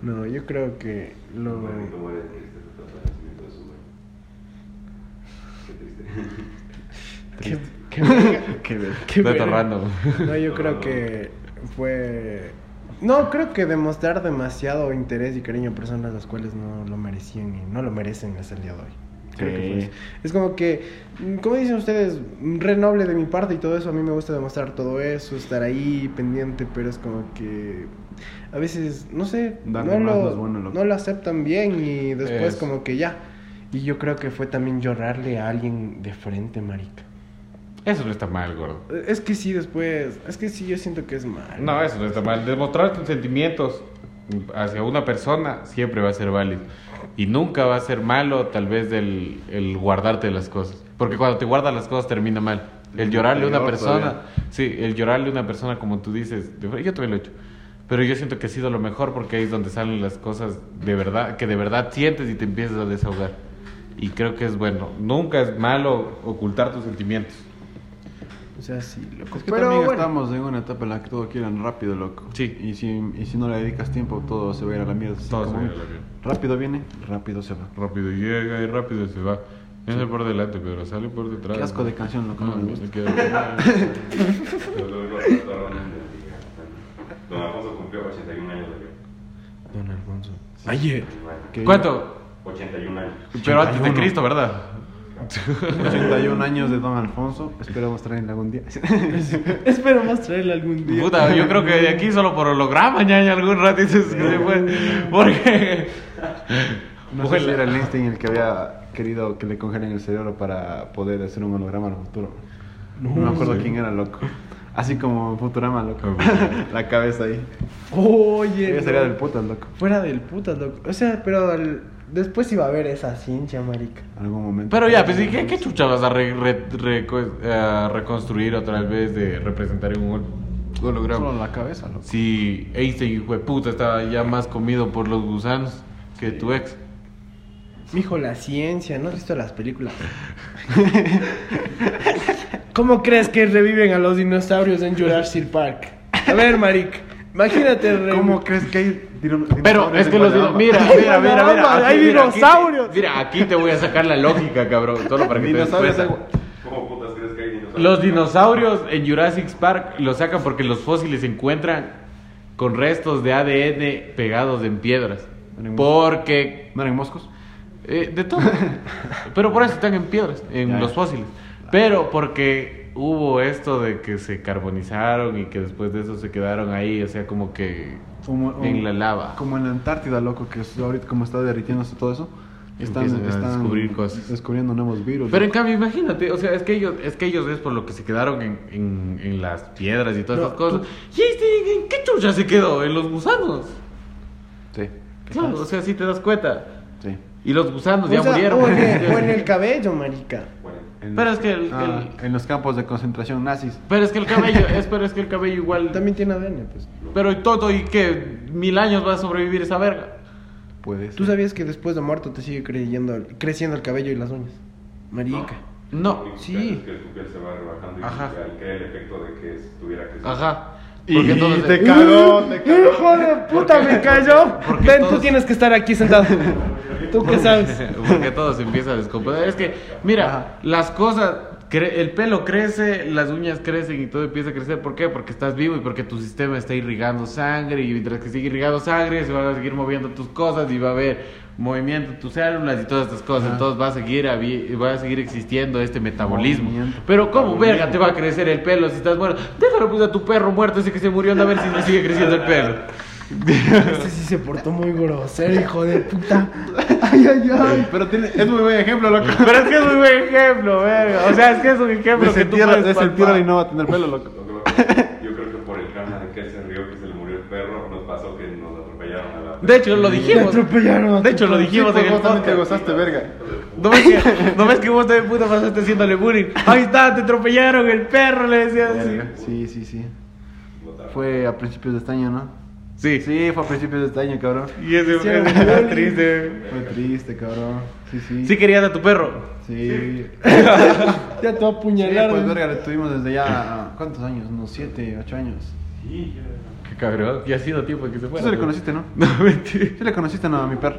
S4: No, yo creo que lo.
S5: Maldito muere de tristeza, trata de nacimiento de su madre. Qué triste.
S4: que- que-
S2: Qué verga.
S4: que-
S3: Dato random.
S4: No, yo creo que fue. No, creo que demostrar demasiado interés y cariño a personas las cuales no lo merecían y no lo merecen hasta el día de hoy. Creo que fue
S2: Sí.
S4: eso. Es como que, mm, como dicen ustedes, mm, re noble de mi parte y todo eso, a mí me gusta demostrar todo eso, estar ahí pendiente, pero es como que a veces, no sé,
S2: Darle
S4: no,
S2: más no
S4: lo,
S2: es bueno, loco.
S4: no lo aceptan bien y después
S3: Es.
S4: como que ya. Y yo creo que fue también llorarle a alguien de frente, marica.
S3: Eso no está mal, gordo.
S4: Es que sí, después, es que sí, yo siento que es mal.
S3: No, eso no está mal. Demostrar tus sentimientos hacia una persona siempre va a ser válido. Y nunca va a ser malo, tal vez, el, el guardarte las cosas. Porque cuando te guardas las cosas termina mal. El llorarle a una
S2: Peor
S3: persona,
S2: todavía.
S3: sí, el llorarle a una persona, como tú dices, de verdad, yo también lo he hecho. Pero yo siento que ha sido lo mejor porque ahí es donde salen las cosas de verdad, que de verdad sientes y te empiezas a desahogar. Y creo que es bueno. Nunca es malo ocultar tus sentimientos.
S4: O sea, sí, loco.
S2: Es que
S4: pero
S2: también
S4: bueno,
S2: estamos en una etapa en la que todo quieren rápido, loco.
S3: Sí.
S2: Y si, y si no le dedicas tiempo, todo se va a ir a la mierda. Así
S3: Todo se
S2: como,
S3: va a ir a la mierda.
S2: Rápido viene, rápido se va.
S3: Rápido llega y rápido se va. Entra por delante, pero sale por detrás.
S2: Qué asco de canción, loco. No,
S3: No,
S2: me
S3: no
S2: gusta.
S3: me *laughs* queda-
S5: Yo lo digo, trata de darle una liga. Don Alfonso cumplió 81 años de
S4: Don Alfonso. Ayer.
S2: Que
S3: ¿Cuánto?
S5: 81 años.
S3: Pero antes de
S2: 81.
S3: Cristo, ¿verdad?
S2: 81 años de Don Alfonso. Espero mostrarle algún día. *laughs*
S4: Espero más traerle algún día.
S3: Puta, yo creo que de aquí solo por holograma, ñaña, algún ratito se se fue. Porque.
S2: No sé si era el Einstein el que había querido que le congelen el cerebro para poder hacer un holograma al futuro. No, me acuerdo quién era, loco. Así como Futurama,
S3: Ah,
S2: *laughs* loco. la cabeza ahí.
S4: Oye.
S2: Ella sería
S4: no.
S2: del putas, loco.
S4: Fuera del putas, loco. O sea, pero al- después iba a haber esa cincha, marica.
S2: Algún momento.
S3: Pero ya, pues, ¿y ¿qué, qué chucha vas a re- re- reco- eh, reconstruir otra vez de representar en un hol-
S2: Solo
S3: holograma?
S2: la cabeza, loco.
S3: Si Einstein, hijo de puta, estaba ya más comido por los gusanos que tu ex.
S4: Mijo, la ciencia, ¿no has visto
S2: *laughs*
S4: las películas? ¿Cómo crees que reviven a los dinosaurios en Jurassic Park? A ver, marica.
S6: Imagínate, re-
S2: ¿Cómo crees que hay dino-
S3: Pero
S2: dinosaurios
S3: es que
S2: en
S3: los dinosaurios.
S2: Guayama?
S3: Mira, mira, mira, mira.
S4: Guayama,
S3: aquí, mira, aquí
S4: hay
S3: te-
S4: dinosaurios.
S3: Mira, aquí te voy a sacar la lógica, cabrón. Solo para que te des
S2: Dinosaurios
S3: cuenta.
S2: de Gua-
S5: pues, ¿Cómo putas crees que hay dinosaurios?
S3: Los dinosaurios en Jurassic Park los sacan porque los fósiles se encuentran con restos de ADN pegados en piedras.
S2: Bueno,
S3: Porque.
S2: ¿No eran moscos?
S3: eh, de
S2: *laughs*
S3: todo. Pero por eso están en piedras, en
S2: Ya, ya.
S3: los fósiles. Pero porque hubo esto de que se carbonizaron y que después de eso se quedaron ahí, o sea, como que.
S2: Como- o-
S3: en la lava.
S2: Como en la Antártida, loco, que es ahorita como está derritiéndose todo eso. Están,
S3: Empiezan a
S2: están
S3: descubrir cosas.
S2: descubriendo nuevos virus.
S3: Pero en
S2: loco.
S3: cambio, imagínate, o sea, es que ellos, es que ellos es por lo que se quedaron en, en- en las piedras y todas esas cosas. ¿Y este, en qué chucha se quedó? En los gusanos.
S2: Sí,
S3: Claro, o sea, sí te das cuenta.
S2: sí.
S3: Y los gusanos ya
S6: o sea,
S3: murieron.
S6: o en el- o en
S2: *laughs*
S6: el cabello, marica.
S5: Bueno,
S3: *laughs*
S2: En-
S3: Pero es que el-
S2: Ah,
S3: el-
S2: En los campos de concentración nazis.
S3: Pero es que el
S6: *laughs*
S3: cabello, es, pero es que el cabello igual.
S6: También tiene ADN, pues.
S3: Pero y todo, ¿y que Mil años va a sobrevivir esa verga.
S2: Puede ser.
S6: ¿Tú sabías que después de muerto te sigue creyendo, creciendo el cabello y las uñas? Marica.
S3: No.
S6: sí.
S5: Es que el Cooper se va rebajando y
S3: Ajá.
S5: que crea el efecto de que estuviera creciendo.
S3: Ajá.
S2: Y
S3: Porque entonces-
S2: te cagó, te cagó.
S6: ¡Hijo de puta, me cayó!
S3: porque
S6: Ven, tú
S3: todos-
S6: tienes que estar aquí sentado. ¿Tú qué
S2: *laughs*
S6: sabes?
S3: *laughs* Porque todo se empieza a descomponer. Es que, mira, las cosas, cre- el pelo crece, las uñas crecen y todo empieza a crecer. ¿Por qué? Porque estás vivo y porque tu sistema está irrigando sangre. Y mientras que sigue irrigando sangre, se van a seguir moviendo tus cosas y va a haber movimiento en tus células y todas estas cosas. Entonces va a seguir habi- va a seguir existiendo este metabolismo.
S2: Movimiento.
S3: Pero ¿cómo verga te va a crecer el pelo si estás muerto? Déjalo pues a tu perro muerto ese que se murió, anda a ver si le sigue creciendo el pelo.
S6: Este sí se portó muy grosero, hijo de puta.
S2: Ay, ay, ay. Pero tiene, es muy buen ejemplo,
S3: *laughs*
S2: loco.
S3: Pero es que es un buen ejemplo, verga. O sea, es que es un ejemplo que tú
S2: Desentierra,
S3: puedes
S2: desentierra
S3: palpar.
S2: y no va a tener pelo, loco.
S5: Lo que me acuerdo, Yo creo que por el karma de que él se rió que se le murió el perro, nos pasó que nos atropellaron a la.
S3: De hecho, lo dijimos.
S6: atropellaron.
S3: De hecho, lo dijimos
S2: Sí,
S3: en el
S2: vos también te
S3: podcast.
S2: gozaste, verga.
S3: ¿No ves, que, ¿No ves que vos también puta pasaste haciéndole bullying? Ahí está, te atropellaron el perro, le decías así.
S2: Sí, sí, sí. Fue a principios de este año, ¿no?
S3: Sí.
S2: Sí, fue a principios de este año, cabrón.
S3: Y ese fue
S6: Hicieron
S3: era
S6: bullying.
S3: triste.
S2: Fue triste, cabrón. Sí, sí.
S3: Sí querías a tu perro.
S2: Sí.
S6: Ya te va a
S2: Sí,
S6: apuñalar.
S2: pues verga, le tuvimos desde ya. ah, ¿Cuántos años? Unos 7, 8 años.
S3: Qué cabrón. Y ha sido tiempo de que se
S2: Tú
S3: fuera.
S2: sí le conociste, ¿no?
S3: *laughs* No, mentira.
S2: Sí le conociste, ¿no? A mi perro.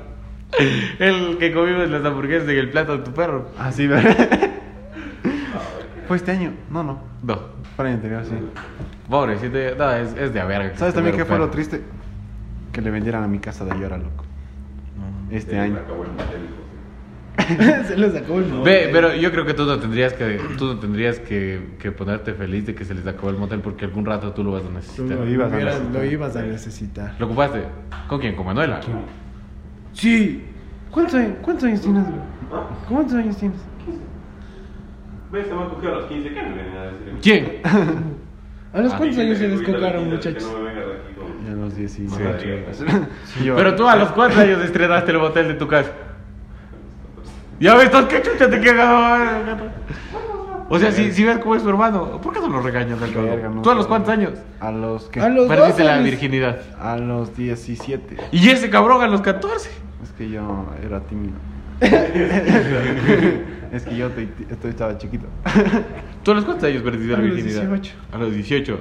S3: El que comimos las hamburguesas en el plato de tu perro.
S2: Ah, sí, verga. *laughs* ¿Fue este año? No, no.
S3: No.
S2: Para el anterior, sí.
S3: Pobrecito, no, es, es de a verga. que
S2: ¿Sabes
S3: se
S2: también
S3: muera un
S2: qué fue lo
S3: perro.
S2: triste? Que le vendieran a mi casa de llora, loco. Este año.
S5: Acabó el papel, hijo.
S6: ¿eh? *laughs* se le sacó el
S3: Ve, pero yo creo que tú no tendrías que tú no tendrías que, que ponerte feliz de que se les acabó el motel porque algún rato tú lo vas a necesitar.
S2: Lo ibas a
S6: Mira,
S2: necesitar.
S6: lo ibas a necesitar.
S3: ¿Lo ocupaste? ¿Con quién? ¿Con Manuela?
S6: Sí. ¿Cuántos años, cuántos años tienes, güey? ¿Cuántos años tienes?
S5: Ve, se me ha cogido a los 15, ¿qué me vienen a decir?
S3: ¿Quién?
S6: ¿A los
S3: Ah,
S6: cuántos
S5: Sí,
S6: años se
S5: me cogí a los
S6: descocaron,
S5: 15, así que
S6: muchachos?
S5: no me vengas aquí con-
S2: Ya a los 18.
S5: Sí.
S2: *laughs* Y yo-
S3: Pero tú a los cuántos años estrenaste el motel de tu casa. Ya ves, ¿tú ¿qué chucha te queda? O sea, si, si ves cómo es tu hermano, ¿por qué no lo regañas al
S2: Verga,
S3: cabrón?
S2: no
S3: ¿Tú a los
S2: sé.
S3: cuántos años?
S2: A los que.
S6: A los dos
S3: Perdiste la
S6: años.
S3: virginidad.
S2: A los 17.
S3: Y ese cabrón a los 14.
S2: Es que yo era
S3: *laughs*
S2: tímido. *laughs* es que yo te- estoy- estaba chiquito. *laughs*
S3: ¿Tú a los cuántos años perdiste
S6: A
S3: la
S6: los
S3: virginidad?
S6: 18.
S3: A los 18.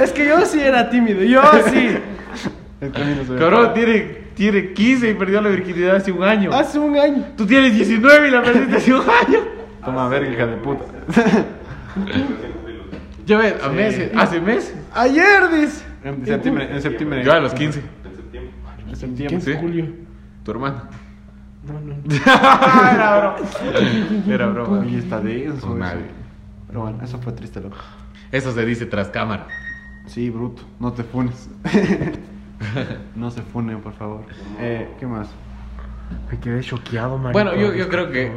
S6: Es que yo sí era tímido, yo sí.
S2: Es que a mí no se me
S3: Cabrón,
S2: paraba.
S3: tiene, tiene 15 y perdió la virginidad hace un año.
S4: Ah,
S6: Hace un año.
S3: Tú tienes 19 y la perdiste hace un año.
S2: Toma verga, hija de puta.
S3: Ya ves, a meses, hace meses.
S6: Ayer, dice.
S2: En septiembre. En septiembre.
S3: Yo a los 15.
S5: En septiembre.
S2: En septiembre.
S3: Sí.
S6: Julio.
S3: Tu hermano. *laughs*
S6: No, no.
S3: Era broma. Era broma.
S2: Y está denso.
S3: Con
S2: eso.
S3: nadie.
S2: Pero bueno, eso fue triste, loco.
S3: Eso se dice tras cámara.
S2: Sí, bruto. No te funes. *laughs* no se funen, por favor. Eh, ¿qué más?
S6: Me quedé choqueado, man.
S3: Bueno, yo, yo creo que.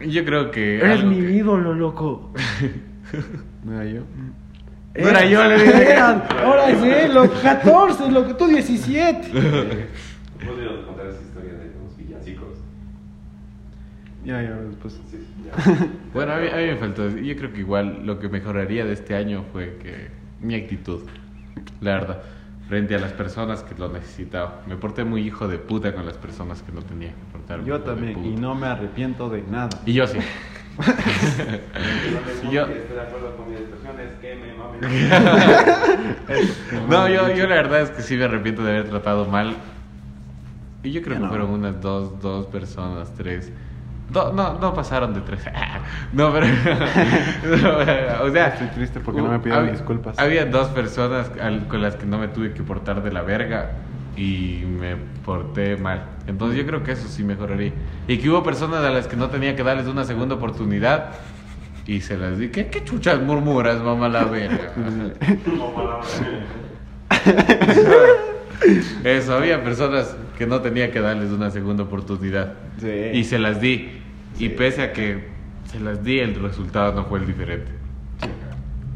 S3: Yo creo que.
S6: Eres
S3: algo
S6: mi
S3: que-
S6: ídolo, loco.
S2: ¿No era yo?
S3: Mm. No era yo, le
S4: *laughs*
S3: dije.
S6: Eran, *laughs* Ahora es él, loco. 14, loco. Tú 17.
S5: Vos ibas a contar esa historia de los villancicos.
S2: Ya, ya, pues, después.
S5: Sí, ya.
S3: Bueno, a mí, a mí me faltó. decir. Yo creo que igual lo que mejoraría de este año fue que mi actitud, la verdad, frente a las personas que lo necesitaba. Me porté muy hijo de puta con las personas que no tenía que portarme.
S2: Yo
S3: hijo de
S2: también.
S3: puta.
S2: Y no me arrepiento de nada.
S3: Y yo sí.
S5: Yo,
S3: Yo-
S5: estoy de acuerdo con mi depresión, es que me mamen.
S3: *laughs* No, yo, yo la verdad es que sí me arrepiento de haber tratado mal. Y yo creo que fueron unas dos, dos personas, tres. Do- no, no pasaron de tres. *laughs* no, pero. *laughs* no, o sea.
S2: Estoy triste porque no me pidieron disculpas.
S3: Había dos personas al- con las que no me tuve que portar de la verga y me porté mal. Entonces yo creo que eso sí mejoraría. Y que hubo personas a las que no tenía que darles una segunda oportunidad y se las di. ¿Qué, qué chuchas murmuras, mamá la
S2: *laughs*
S3: verga?
S5: Como palabra.
S3: Eso, había personas que no tenía que darles una segunda oportunidad.
S2: Sí.
S3: Y se las di. Y pese a que se las di, el resultado no fue el diferente.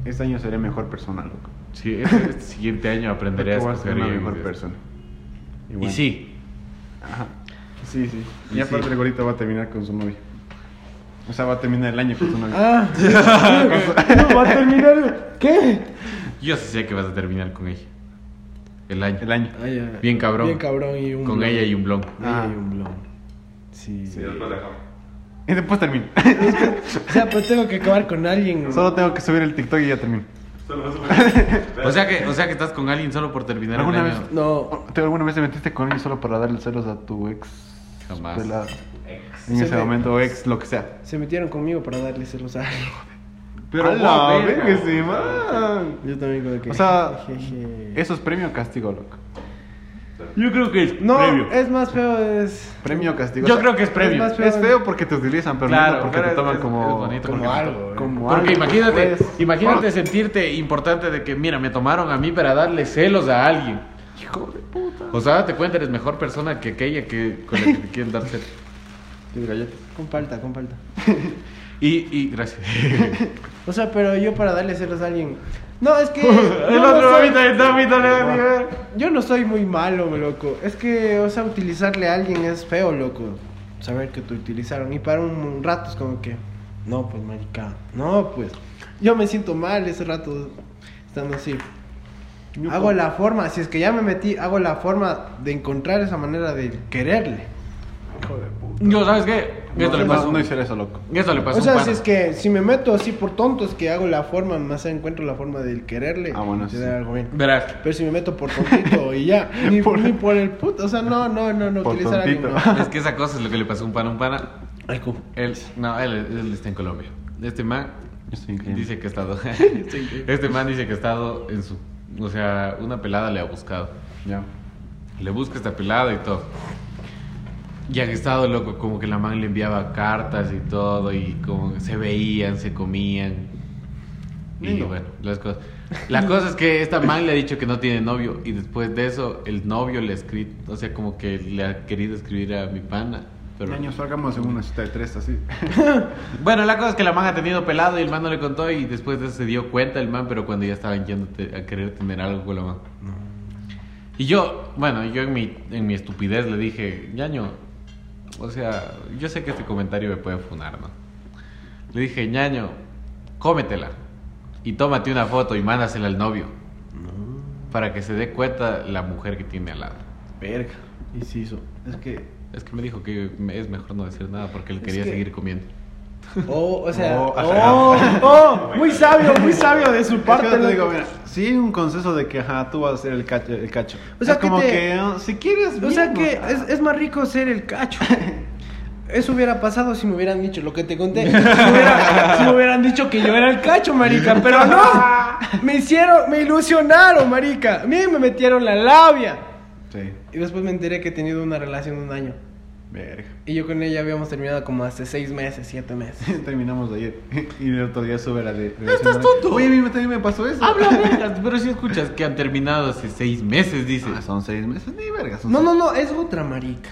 S2: Este año seré mejor persona, loco.
S3: Sí, este,
S2: *laughs*
S3: este siguiente año aprenderé a
S2: Porque voy a ser
S3: escoger
S2: una
S3: bien
S2: mejor
S3: mis-
S2: persona.
S3: Y,
S2: bueno.
S3: sí,
S2: Sí, sí. Y,
S3: Y
S2: aparte,
S3: sí.
S2: el gorito va a terminar con su novia. O sea, va a terminar el año con
S3: *laughs*
S2: su novia.
S6: *laughs*
S4: Ah, no, va a terminar. ¿Qué?
S3: yo sí sé que vas a terminar con ella. El año.
S2: El año.
S4: Ay, ay,
S3: Bien cabrón.
S4: Bien cabrón y un.
S3: Con
S4: blon.
S3: ella y un blon.
S4: Ella y un blon. Sí.
S5: Sí, después dejamos.
S2: Y después termino. *laughs*
S4: O sea, pero tengo que acabar con alguien.
S2: Solo tengo que subir el TikTok y ya termino.
S5: Solo sube.
S3: O sea que, o sea que estás con alguien solo por terminar el
S2: ¿Alguna
S3: año.
S2: vez?
S4: No.
S2: ¿Tú alguna vez te metiste con él solo para darle celos a tu ex?
S3: Jamás.
S2: pelada?
S5: Ex.
S2: En
S4: Se
S2: ese
S4: me-
S2: momento, o ex, lo que sea.
S4: Se metieron conmigo para darle celos a *laughs* alguien.
S2: Pero
S3: vos,
S2: la
S3: verga.
S2: verga, sí, man.
S4: Yo también como que.
S2: O sea,
S4: jeje.
S2: Eso es premio o castigo, loco.
S3: Yo creo que es
S4: No,
S3: previo.
S4: es más feo, es.
S2: Premio o castigo.
S3: Yo
S2: O sea,
S3: creo que es previo.
S4: más
S2: Es feo porque te utilizan, pero
S3: Claro,
S2: no porque
S3: pero
S2: te
S3: es-
S2: toman
S3: es-
S2: como,
S3: es bonito
S2: como,
S3: porque te
S4: algo,
S3: toman.
S4: ¿eh?
S2: como
S3: Porque
S2: algo,
S3: imagínate,
S2: pues.
S3: imagínate sentirte importante de que, mira, me tomaron a mí para darle celos a alguien.
S2: Hijo de puta.
S3: O sea, date cuenta, eres mejor persona que aquella que, con la que te quieren dar celos.
S2: Tienes galletas.
S4: Con falta, con falta.
S3: Y, y,
S2: *laughs*
S3: gracias.
S4: O sea, pero yo para darle celos a alguien. No, es
S3: *laughs*
S4: que.
S3: El
S4: yo no
S3: otro
S4: soy-
S3: mamita de Tommy no le da ni ver.
S4: Yo no soy muy malo, loco. Es que, o sea, utilizarle a alguien es feo, loco. Saber que te utilizaron. Y para un, un rato es como que, no, pues, marica. No, pues. Yo me siento mal ese rato estando así. Hago la forma, si es que ya me metí, hago la forma de encontrar esa manera de quererle.
S3: No, ¿sabes qué? Esto le
S2: No,
S3: pasó.
S2: no hiciera eso, loco.
S3: Esto le pasó.
S4: O
S3: a
S4: sea,
S3: un
S4: si
S3: pana.
S4: es que si me meto así por tonto, es que hago la forma, más encuentro la forma del quererle.
S2: Ah, bueno,
S4: y
S2: sí.
S4: dar algo bien.
S3: Verás.
S4: Pero si me meto por tontito
S2: *laughs*
S4: y ya, ni
S2: Por-
S4: por, ni por el puto, o sea, no, no, no, no
S2: Por
S4: utilizar a alguien,
S2: tontito. *laughs*
S4: no.
S3: Es que esa cosa es lo que le pasó a un pana. Un pana,
S4: Ay, ¿cómo?
S3: él, no, él, él está en Colombia. Este man
S2: Yo estoy increíble.
S3: Dice que ha estado. *laughs* este man dice que ha estado en su. O sea, una pelada le ha buscado.
S2: Ya.
S3: Le busca esta pelada y todo. Y han estado loco, como que la man le enviaba cartas y todo, y como que se veían, se comían. Y bueno, las cosas. La cosa es que esta man le ha dicho que no tiene novio, y después de eso, el novio le ha escrito, o sea, como que le ha querido escribir a mi pana. Pero
S2: Niños, salgamos en una cita de tres, *laughs* así.
S3: bueno, la cosa es que la man ha tenido pelado y el man no le contó y después de eso se dio cuenta el man, pero cuando ya estaban yendo te- a querer tener algo con la man. Y yo, bueno, yo en mi, en mi estupidez le dije, ñaño, o sea, yo sé que este comentario me puede funar, ¿no? Le dije, ñaño, cómetela y tómate una foto y mándasela al novio. Para que se dé cuenta la mujer que tiene al lado.
S4: Verga. Y sí hizo.
S2: Es que.
S3: Es que me dijo que me- es mejor no decir nada porque le quería
S4: que-
S3: seguir comiendo.
S4: Oh, o sea,
S2: Oh,
S4: oh,
S2: ajá.
S4: oh, muy sabio, muy sabio de su parte.
S2: Parte te digo,
S4: loco.
S2: mira, sí, un consenso de que ajá, tú vas a ser el cacho. El cacho.
S4: O sea,
S2: es
S4: que
S2: como
S4: te-
S2: que, ah, si quieres.
S4: o sea
S2: bien,
S4: que
S2: ¿no?
S4: es, es más rico ser el
S2: *laughs*
S4: cacho. Eso hubiera pasado si me hubieran dicho lo que
S2: *laughs*
S4: te conté. Si me, hubiera- si me hubieran dicho que yo era el cacho, marica. Pero no.
S2: *laughs*
S4: Me hicieron, me ilusionaron, marica. A mí me metieron la labia.
S2: Sí,
S4: Y después me enteré que he tenido una relación de un año.
S2: verga. *laughs*
S4: Y yo con ella habíamos terminado como hace seis meses, siete meses.
S2: Terminamos ayer. *laughs* Y el otro día sube la de. ¡Estás tonto! Oye, a mí también me pasó eso.
S3: Habla vergas, pero si escuchas que han terminado hace seis meses, dice.
S2: Ah, son seis meses, ni verga. Son
S4: No,
S2: seis-
S4: no, no, es otra marica.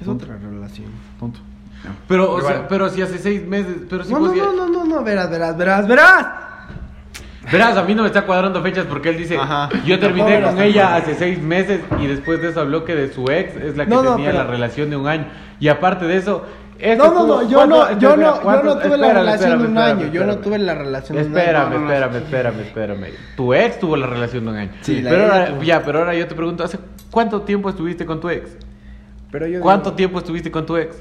S4: Es
S2: Punto.
S4: otra relación.
S2: Punto.
S3: Pero, o sea, pero si hace seis meses, pero si
S4: No,
S3: vos
S4: no,
S3: ya-
S4: no, no, no, no, verás, verás, verás, verás.
S3: Verás, a mí no me está cuadrando fechas porque él dice,
S2: Ajá.
S3: yo terminé
S4: Tampoco
S3: con
S4: era
S3: ella
S4: tan-
S3: hace seis meses y después de eso habló que de su ex es la que
S4: No, no,
S3: tenía
S4: pero-
S3: la relación de un año. Y aparte de eso... este
S4: No, no, no,
S3: tuvo-
S4: yo no,
S3: ¿cuántos-
S4: yo
S3: espera,
S4: no, yo
S3: cuántos-
S4: no tuve la
S3: espérame,
S4: relación de un
S3: espérame,
S4: año. Yo no
S3: espérame.
S4: tuve la relación de un año.
S3: Espérame, espérame, espérame, espérame. Tu ex tuvo la relación de un año.
S4: Sí, la
S3: pero
S4: ella
S3: ahora,
S4: tuvo.
S3: ya, pero ahora yo te pregunto, ¿hace cuánto tiempo estuviste con tu ex?
S4: Pero yo
S3: ¿Cuánto
S4: digo,
S3: tiempo estuviste con tu ex?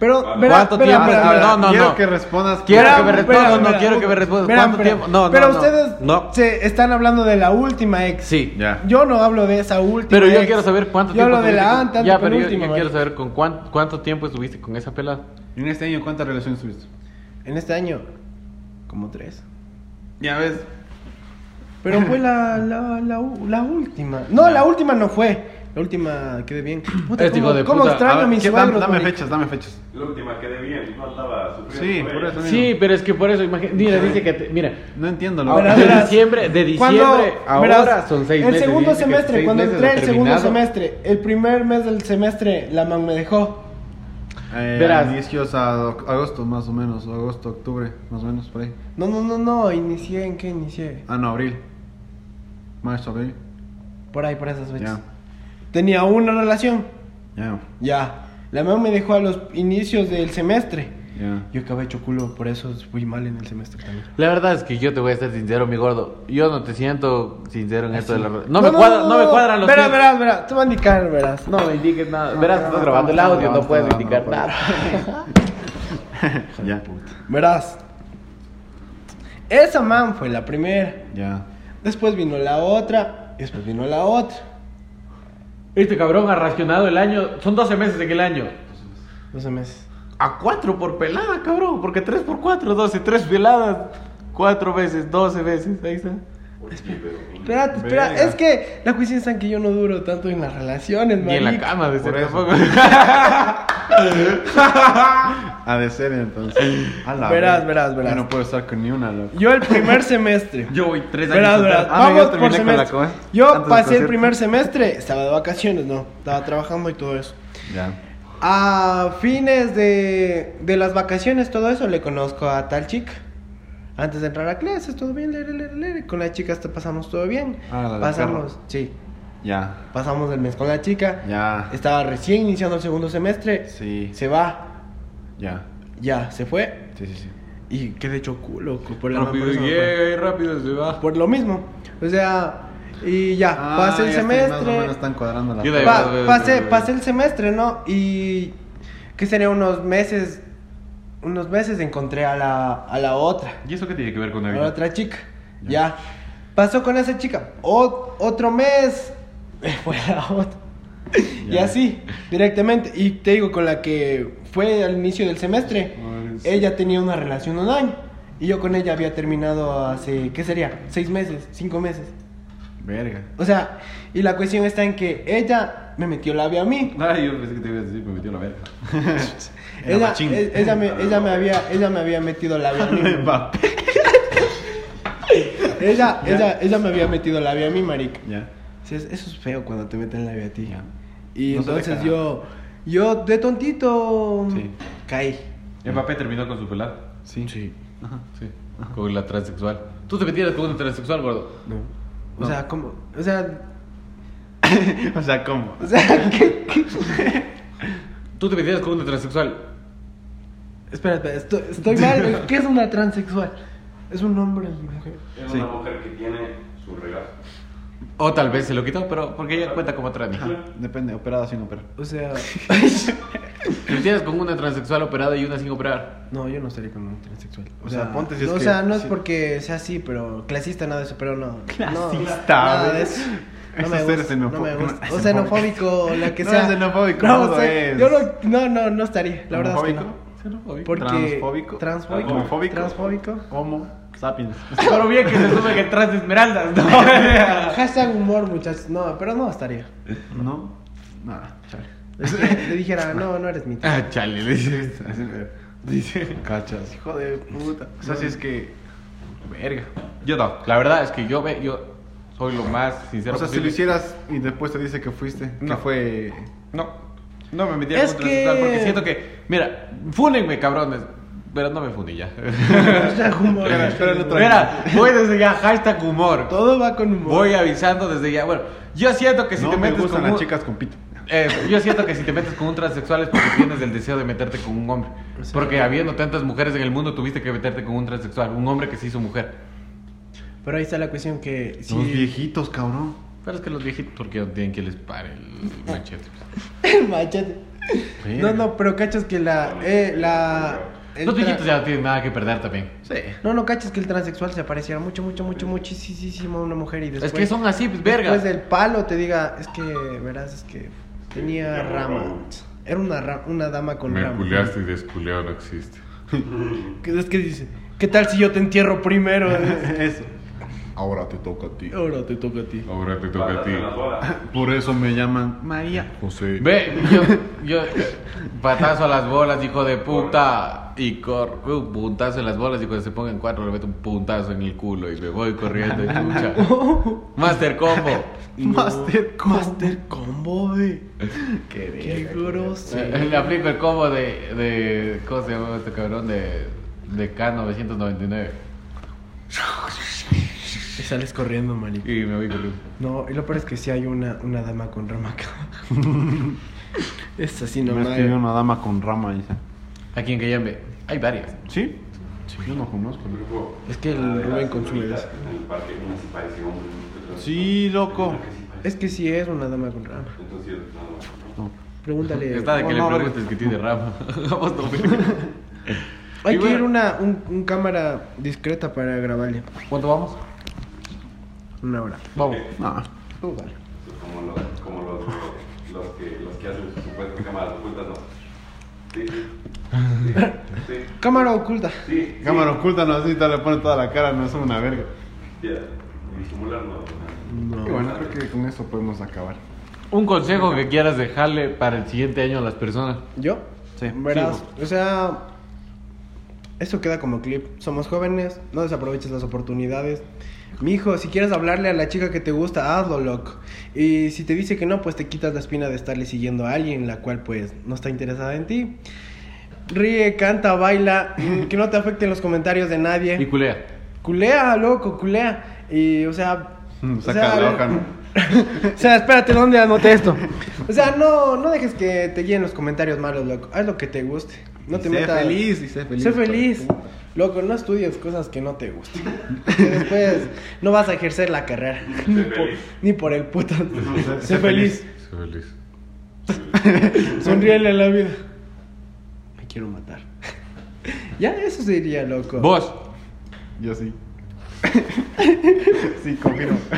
S4: Pero,
S5: ¿Cuánto
S4: verá,
S3: tiempo?
S4: verá, verá,
S3: Ah,
S4: verá.
S3: no, no,
S2: quiero
S3: no.
S2: que respondas.
S3: Quiero
S4: Verán,
S3: que me
S4: verán,
S3: respondas, no
S4: verán,
S3: quiero que me
S4: verán,
S3: respondas.
S4: verán,
S3: ¿Cuánto
S4: verán.
S3: tiempo? No, no,
S4: Pero
S3: no.
S4: ustedes
S3: No.
S4: se están hablando de la última ex.
S3: Sí.
S2: Ya.
S4: Yo no hablo de esa última
S3: Pero yo
S4: ex.
S3: quiero saber cuánto
S4: Yo
S3: tiempo.
S4: hablo de
S3: estuviste
S4: la
S3: con-
S4: antes,
S3: Ya, pero yo- yo, quiero
S4: quiero
S3: saber con cuán- cuánto tiempo estuviste con esa pelada.
S2: En este año, ¿cuántas relaciones tuviste?
S4: En este año, como tres.
S2: Ya ves.
S4: Pero fue la, la, la, u- la última. No, la última no fue. La última quedé bien. Puta,
S3: Este
S4: ¿Cómo,
S3: hijo de
S4: cómo
S3: puta.
S2: A
S4: extraño a
S2: ver,
S4: mis
S2: ¿qué- dame,
S4: suegros?
S2: dame
S4: marica.
S2: fechas, dame fechas.
S5: La última quedé bien, no andaba sufriendo.
S2: pues, Sí,
S5: por
S2: por
S5: ella.
S2: eso mismo.
S3: Sí, pero es que por eso, imagínate. Mira, dice que. te- mira,
S2: No entiendo
S4: A ver,
S2: la
S4: a ver.
S3: de
S2: *laughs*
S4: verás.
S3: diciembre, de diciembre
S4: Cuando-
S3: ahora
S4: verás,
S3: son seis
S4: el
S3: meses.
S4: segundo
S3: dice que
S4: semestre,
S3: seis
S4: cuando
S3: meses
S4: entré
S3: ha
S4: el segundo
S3: terminado.
S4: semestre, el primer mes del semestre, la man me dejó.
S2: Eh,
S3: Verás.
S2: Inicios a oc- agosto, más o menos. o Agosto, octubre, más o menos, por ahí.
S4: No, no, no, no, inicié en qué inicié.
S2: Ah, no, abril. Marzo, abril.
S4: Por ahí, por esas fechas.
S2: Ya.
S4: Tenía una relación,
S2: Ya.
S4: ya. La man me dejó a los inicios del semestre.
S2: Ya.
S4: Yo acabé hecho culo, por eso fui mal en el semestre también.
S3: La verdad es que yo te voy a ser sincero, mi gordo. Yo no te siento sincero en esto de la. No,
S4: Ah, No,
S3: me
S4: no,
S3: cuadra,
S4: no,
S3: no, me
S4: no.
S3: cuadran los.
S4: Verás,
S3: tiempos.
S4: verás, verás. Te van a indicar, verás.
S3: No me indiques nada.
S2: No,
S3: Verás,
S2: no,
S3: estás
S2: no,
S3: grabando el
S2: estamos
S3: audio, no
S2: grabando,
S3: puedes
S2: estamos
S3: indicar
S2: grabando,
S3: nada.
S2: Ya.
S4: Verás. Esa man fue la primera.
S2: Ya.
S4: Después vino la otra. y Después vino la otra.
S3: Este cabrón ha racionado el año. Son 12 meses en el año.
S4: 12 meses.
S3: A 4 por pelada, cabrón. Porque 3 por 4, 12. 3 peladas. 4 veces, 12 veces. Ahí está.
S5: Oye, pero-
S4: Espérate, espera.
S2: Verga.
S4: Es que la cuestión es que yo no duro tanto en las relaciones,
S3: Ni en la
S4: marica.
S3: cama de
S2: por
S3: ser
S2: eso. *laughs*
S3: tampoco.
S2: Ha de ser entonces. *laughs* A la
S4: Verás,
S2: verga.
S4: verás, verás.
S2: Yo no puedo estar con ni una, loco.
S4: Yo el
S2: *laughs*
S4: primer semestre.
S3: Yo voy 3
S4: Verás, verás.
S2: Ah, no, yo
S4: Vamos por
S2: terminé con la
S4: semestre.
S2: coma.
S4: Yo
S2: Antes del
S4: pasé el
S2: concierto.
S4: primer semestre. Estaba de vacaciones, no. Estaba trabajando y todo eso.
S2: Ya.
S4: A fines de, de las vacaciones, todo eso, le conozco a tal chica. Antes de entrar a clases, todo bien, lere, lere, lere. Con la chica hasta pasamos todo bien.
S2: Ah, la del
S4: pasamos,
S2: carro.
S4: sí,
S2: Ya.
S4: pasamos el mes con la chica.
S2: Ya.
S4: Estaba recién iniciando el segundo semestre.
S2: Sí.
S4: Se va,
S2: Ya.
S4: ya, se fue.
S2: Sí, sí, sí.
S4: Y quedé hecho culo cu- por, la
S2: pues,
S3: Rápido
S4: por eso me fue.
S3: pues, llega y rápido se va.
S4: Por lo mismo. O sea, y ya,
S2: Ah,
S4: pasé el
S2: ya estoy-
S4: semestre.
S2: Más o menos están cuadrando la.
S3: Yo de-
S4: Pa-
S3: Ay, güey, güey,
S4: pasé,
S3: güey.
S4: pasé el semestre, ¿no? Y que sería unos meses, unos meses encontré a la, a la otra,
S3: ¿Y eso qué tiene que ver con
S4: a
S3: Navidad?
S4: la otra chica. Ya. Pasó con esa chica. O- otro mes *laughs* fue la otra. Y
S2: Ya.
S4: así, directamente. Y te digo, con la que fue al inicio del semestre, ella tenía una relación un año. Y yo con ella había terminado hace, ¿qué sería? ¿Seis meses? ¿Cinco meses?
S2: Verga. *laughs*
S4: O sea, y la cuestión está en que ella me metió labia a mí.
S2: Ah.
S3: Ay, yo pensé que te iba a decir, me metió la verga.
S2: Era
S4: Ella,
S2: machín.
S4: e- ella, me, ella, me había, ella me había metido
S2: *laughs*
S4: labia a mí.
S2: Mbappé.
S4: ella, ella, ella me había metido labia a mí, marica.
S2: Ya.
S4: Sí, es- Eso es feo cuando te meten labia a ti.
S2: Ya.
S4: Y
S2: No se
S4: entonces
S2: deja.
S4: yo, yo de tontito
S2: Sí.
S4: caí.
S3: El papá terminó con su pelada.
S2: Sí.
S3: Sí. Con la transexual. Tú te metías con una transexual, gordo.
S4: O sea, como, o sea,
S2: *laughs* o sea, ¿cómo?
S4: o sea, *laughs* ¿qué, qué?
S3: Tú te metías con una transexual.
S4: Espera, espera, estoy, estoy mal. ¿Qué es una transexual? Es un hombre y mujer.
S5: Es
S2: Sí.
S5: una mujer que tiene su regazo.
S3: O tal vez se lo quitó, pero porque ella cuenta como trans.
S2: Ah, Depende, operado o sin operar. *laughs*
S4: O sea,
S3: Te metías con una transexual operada y una sin operar.
S4: no, yo no estaría con un transexual.
S2: O sea, ponte si es
S4: no, O
S2: que-
S4: sea, no es
S2: sí.
S4: porque sea así, pero clasista nada de eso, pero no.
S2: Clasista,
S4: nada
S2: güey.
S4: de eso. No
S2: Eso
S4: me,
S2: es
S4: gusta,
S2: ser
S4: no me
S2: xenofóbico.
S4: gusta.
S2: *laughs* No,
S4: O
S2: es
S4: xenofóbico, la
S2: *laughs*
S4: que
S2: No
S4: sea.
S2: es xenofóbico,
S4: no,
S2: todo
S4: sé,
S2: es.
S4: yo no, no, no, no estaría. La verdad es que no. Porque
S2: Transfóbico.
S4: Transfóbico.
S2: Homofóbico.
S4: Transfóbico.
S2: Homo sapiens.
S3: Pero bien que se sube que trans esmeraldas, ¿no?
S2: *laughs*
S4: *laughs* Hashtag humor, muchachos. No, pero no estaría.
S2: *laughs* No. Nada, chale.
S4: Le dijera- le dijera, no, no eres
S2: *laughs*
S4: mi tío.
S3: ah, chale, le dices.
S2: Así me- Cachas, hijo de puta. O sea, si es que. Verga.
S3: Yo no. La verdad es que yo, ve- yo soy lo más sincero
S2: O sea, si lo
S3: posible.
S2: hicieras y después te dice que fuiste, que
S3: No.
S2: fue.
S3: No. No me metía
S4: Es
S3: con transexual
S4: que-
S3: porque siento que. Mira, fúnenme, cabrones. Pero no me funen ya.
S4: Hashtag
S2: Eh,
S4: humor.
S3: *laughs* Mira, voy desde ya, hashtag humor.
S4: Todo va con humor.
S3: Voy avisando desde ya. Bueno, yo siento que si
S2: no
S3: te
S2: me
S3: metes
S2: gustan
S3: con
S2: las
S3: un-
S2: chicas con pito.
S3: Eh, yo siento que si te metes con un transexual es porque tienes el deseo de meterte con un hombre. Porque habiendo tantas mujeres en el mundo, tuviste que meterte con un transexual, un hombre que se hizo mujer.
S4: Pero ahí está la cuestión que *laughs*
S2: Los
S4: si
S2: viejitos, cabrón.
S4: *laughs*
S3: Pero es que los viejitos, porque no tienen que les pare el machete.
S4: el machete. No, no, pero cachas que la. eh, la el
S3: Los
S4: tra-
S3: viejitos ya no tienen nada que perder también.
S4: Sí. No, no cachas que el transexual se pareciera mucho, mucho, mucho, muchísimo a una mujer y después.
S3: es que son así, pues, verga.
S4: Después del palo te diga, es que, verás, es que tenía ramas. Era una, ra- una dama con ramas.
S7: y desculeado no existe.
S4: *laughs* ¿Qué- Es que dice, ¿qué tal si yo te entierro primero? *laughs* Eso.
S7: Ahora te toca a ti.
S4: Ahora te toca a ti.
S7: Ahora te toca a
S5: Patatas en las
S7: ti.
S5: bolas.
S2: *laughs*
S7: Por eso me llaman María
S4: *laughs*
S7: José.
S3: Ve, yo, yo, patazo a las bolas, hijo de puta. Y cor, un puntazo en las bolas y cuando se pongan cuatro le meto un puntazo en el culo y me voy
S4: *laughs*
S3: corriendo, chucha. Master combo.
S4: Master Combo. Master Combo, güey. Qué, grosero.
S3: Eh, Le aplico el combo de, de ¿cómo se llama este cabrón? De, de K999.
S4: Y sales corriendo, marico.
S3: Y me voy corriendo.
S4: No, y lo peor es que sí hay una, una dama con
S3: *laughs*
S4: rama acá. es así
S2: Me
S4: nomás.
S2: escribió una dama con rama, dice.
S3: ¿A quien que llame? Hay varias.
S2: ¿Sí? Yo no conozco.
S5: Grupo.
S4: Es que el Rubén consume
S5: En
S4: eso.
S5: el parque, una se pareció a un-
S2: Sí, loco.
S5: Una que sí parecía.
S4: Es que sí es una dama con rama.
S5: Entonces, no, no, no.
S4: Pregúntale.
S3: Está de que le
S2: No, no,
S3: preguntes que tiene rama. *laughs* Vamos, no, verga.
S4: Hay
S3: Y
S4: que ir
S3: bueno.
S4: una un, un cámara discreta para grabarle.
S3: ¿Cuánto vamos?
S4: Una hora.
S3: Vamos.
S2: No.
S4: Tú dale.
S5: Eso es pues Como los, como los, los que, los que hacen sus supuestas cámaras ocultas, no. Sí, sí. Sí,
S4: Cámara oculta.
S5: sí. sí,
S2: Cámara oculta, no así, le pone toda la cara, no es una verga.
S5: sí. Ya, disimular no.
S2: Y bueno, creo que con eso podemos acabar.
S3: Un consejo que quieras dejarle para el siguiente año a las personas.
S4: ¿Yo?
S2: Sí.
S4: Verás,
S2: Sí,
S4: o sea, eso queda como clip. Somos jóvenes, no desaproveches las oportunidades. Mijo, si quieres hablarle a la chica que te gusta, hazlo, loco. Y si te dice que no, pues te quitas la espina de estarle siguiendo a alguien la cual pues no está interesada en ti. Ríe, canta, baila, mm, que no te afecten los comentarios de nadie.
S3: Y culea.
S4: Culea, loco, culea. Y, o sea.
S2: Mm,
S4: o
S2: *laughs* saca
S4: sea,
S2: la hoja, ¿no?
S4: o sea, espérate, ¿dónde anoté esto? O sea, no, no dejes que te guíen los comentarios malos, loco. Haz lo que te guste. No te
S2: sé
S4: metas.
S2: feliz, y sé feliz.
S4: Sé feliz. Loco, no estudies cosas que no te gusten. Que después no vas a ejercer la carrera. Ni, por,
S5: feliz.
S4: ni por el puto.
S2: sé-
S4: sé,
S2: sé
S4: feliz.
S7: Soy feliz.
S4: Sonríele a la vida. Me quiero matar. ya, eso sería, loco.
S3: Vos.
S2: Yo *laughs* sí. sí, confirmo. *laughs*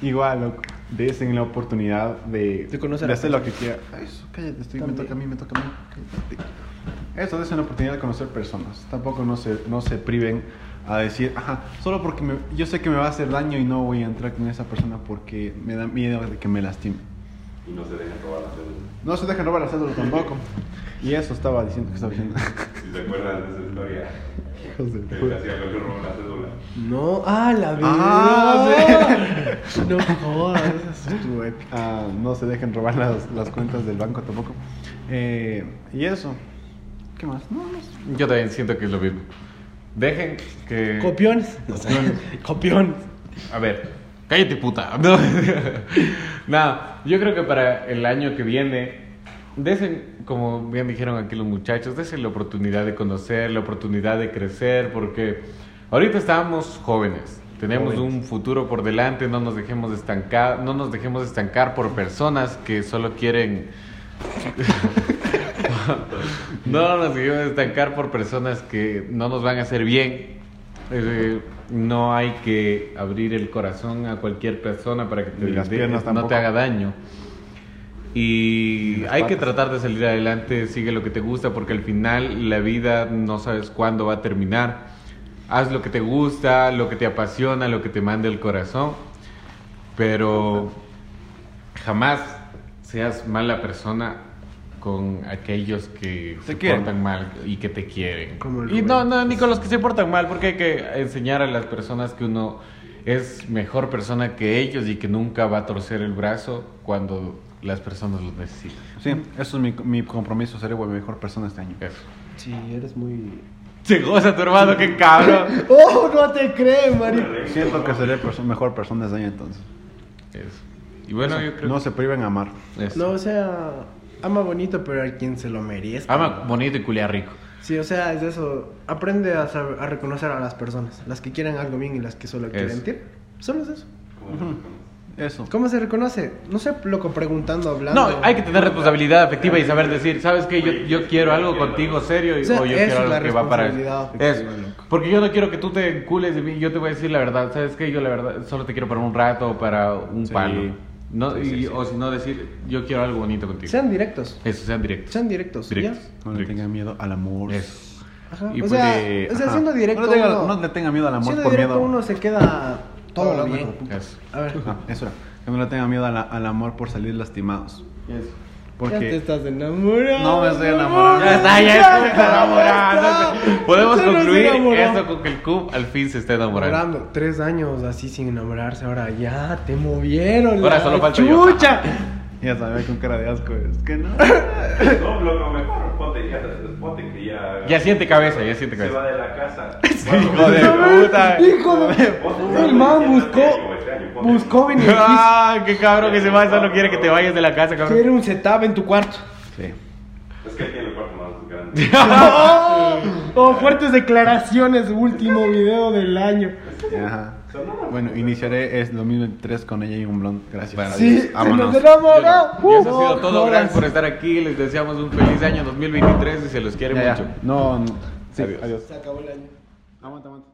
S2: Sí. Igual, loco. Desen la oportunidad de,
S4: De conocer a
S2: hacer lo que quiera. Eso, cállate, estoy, me toca a mí, me toca a mí. cállate. Eso, desen la oportunidad de conocer personas. Tampoco no se, no se priven a decir, ajá, solo porque me- yo sé que me va a hacer daño y no voy a entrar con esa persona porque me da miedo de que me lastime.
S5: Y no se dejen robar las células.
S2: No se dejen robar la cédula tampoco. Y eso estaba diciendo que estaba diciendo.
S5: Si se acuerdan de esa historia,
S2: *laughs* Hijos de
S5: el que
S2: puta.
S5: hacía lo que robó la cédula.
S4: No, ah, la vida.
S2: Ah,
S4: No jodas, eso estuvo épico.
S2: Ah, no se dejen robar las, las cuentas del banco tampoco. Eh, y eso. ¿Qué más? No, no sé.
S3: Yo también siento que es lo mismo. Dejen que.
S4: Copiones. Copiones.
S3: A ver, cállate puta. *laughs* No. Nada, yo creo que para el año que viene, desen, como bien dijeron aquí los muchachos, desen la oportunidad de conocer, la oportunidad de crecer, porque ahorita estamos jóvenes. Tenemos un futuro por delante, no nos dejemos estancar, no nos dejemos estancar por personas que solo quieren no nos dejemos estancar por personas que no nos van a hacer bien. Eh, no hay que abrir el corazón a cualquier persona para que te,
S2: Ni las
S3: de-
S2: piernas
S3: no
S2: tampoco.
S3: te haga daño. Y
S2: las
S3: hay que
S2: patas.
S3: tratar de salir adelante, sigue lo que te gusta, porque al final la vida no sabes cuándo va a terminar. Haz lo que te gusta, lo que te apasiona, lo que te manda el corazón, pero jamás seas mala persona con aquellos que se,
S2: quieren.
S3: portan mal y que te quieren.
S4: Como el
S3: Y
S4: Rubén.
S3: no, no, ni con los que se portan mal, porque hay que enseñar a las personas que uno es mejor persona que ellos y que nunca va a torcer el brazo cuando las personas lo necesitan.
S2: Sí, eso es mi, mi compromiso, seré la mejor persona este año.
S3: Eso.
S4: Sí, eres muy.
S3: Se goza tu hermano, qué cabrón.
S4: ¡Oh, no te crees, marico!
S2: Siento que seré perso- mejor persona este año entonces.
S3: Eso. Y bueno, yo creo
S2: No se priven a amar.
S3: que... eso.
S4: No, o sea, ama bonito, pero a quien se lo merezca.
S3: Ama bonito y culea rico.
S4: Sí, o sea, es de eso. Aprende a, sab- a reconocer a las personas, las que quieren algo bien y las que solo quieren
S3: Eso.
S4: tirar. Solo es eso.
S5: ¿Cómo se llama?
S2: Eso.
S4: ¿Cómo se reconoce? No sé, loco, preguntando, hablando.
S3: No, hay que tener responsabilidad afectiva y saber decir, ¿sabes qué? Yo, yo quiero algo contigo serio y,
S4: O sea,
S3: o yo
S4: esa
S3: quiero
S4: es la
S3: algo que va para
S4: responsabilidad
S3: eso.
S4: afectiva, loco.
S3: Porque yo no quiero que tú te encules de mí, yo te voy a decir la verdad, ¿sabes qué? Yo la verdad solo te quiero para un rato o para un palo. No, y- O si no decir, yo quiero algo bonito contigo.
S4: Sean directos.
S3: Eso, sean directos.
S4: Sean directos. ¿ya?
S3: Directos.
S2: No le tenga miedo al amor.
S3: Eso.
S4: Ajá.
S3: Y
S4: o, sea,
S3: puede-
S4: o sea,
S3: ajá.
S4: siendo directo.
S2: pues No le, tenga,
S4: uno,
S2: no le tenga miedo al amor
S4: siendo
S2: por
S4: directo
S2: miedo.
S4: uno se queda todo
S2: Hablando
S4: bien.
S2: con-
S3: Eso.
S4: A ver.
S2: Ah, eso era. Que no le tenga miedo a la- al amor por salir lastimados.
S4: Ya te
S2: Porque
S4: estás enamorado.
S2: no me estoy enamorando.
S3: Ya está, ya está, se está enamorando.
S4: está.
S3: Podemos
S4: Se nos
S3: concluir
S4: enamoró.
S3: esto con que el Cub al fin se está enamorando.
S4: Enamorando. Tres años así sin enamorarse. Ahora ya te movieron.
S3: Ahora
S4: la
S3: solo falto yo.
S4: chucha.
S2: Ya sabía con cara de asco. Es que
S4: *laughs*
S2: no.
S5: No, loco, mejor ponte ya, ponte que ya.
S3: Ya siente cabeza, ya siente
S5: se
S3: cabeza.
S5: va de la casa.
S3: Hijo de puta.
S4: Hijo de. El man buscó. Buscó beneficio.
S3: *laughs* Ah, qué cabrón que se va, solo quiere que te vayas de la casa, cabrón.
S4: Quiere un setup en tu
S3: *laughs*
S4: cuarto.
S5: Es que tiene el cuarto más grande.
S4: Oh, fuertes declaraciones. Último video del año.
S2: Ajá. Bueno, iniciaré es 2023 con ella y un blond. Gracias.
S4: Sí,
S2: Adiós.
S4: se
S2: Vámonos.
S4: nos enamoró. Uh,
S3: Y eso ha sido
S4: No
S3: todo,
S4: jodas.
S3: gracias por estar aquí. Les deseamos un feliz año 2023 y se los quiere
S2: Ya, ya.
S3: mucho.
S2: No, no. Sí, adiós.
S4: Se acabó el año.
S2: Aguanta, aguanta.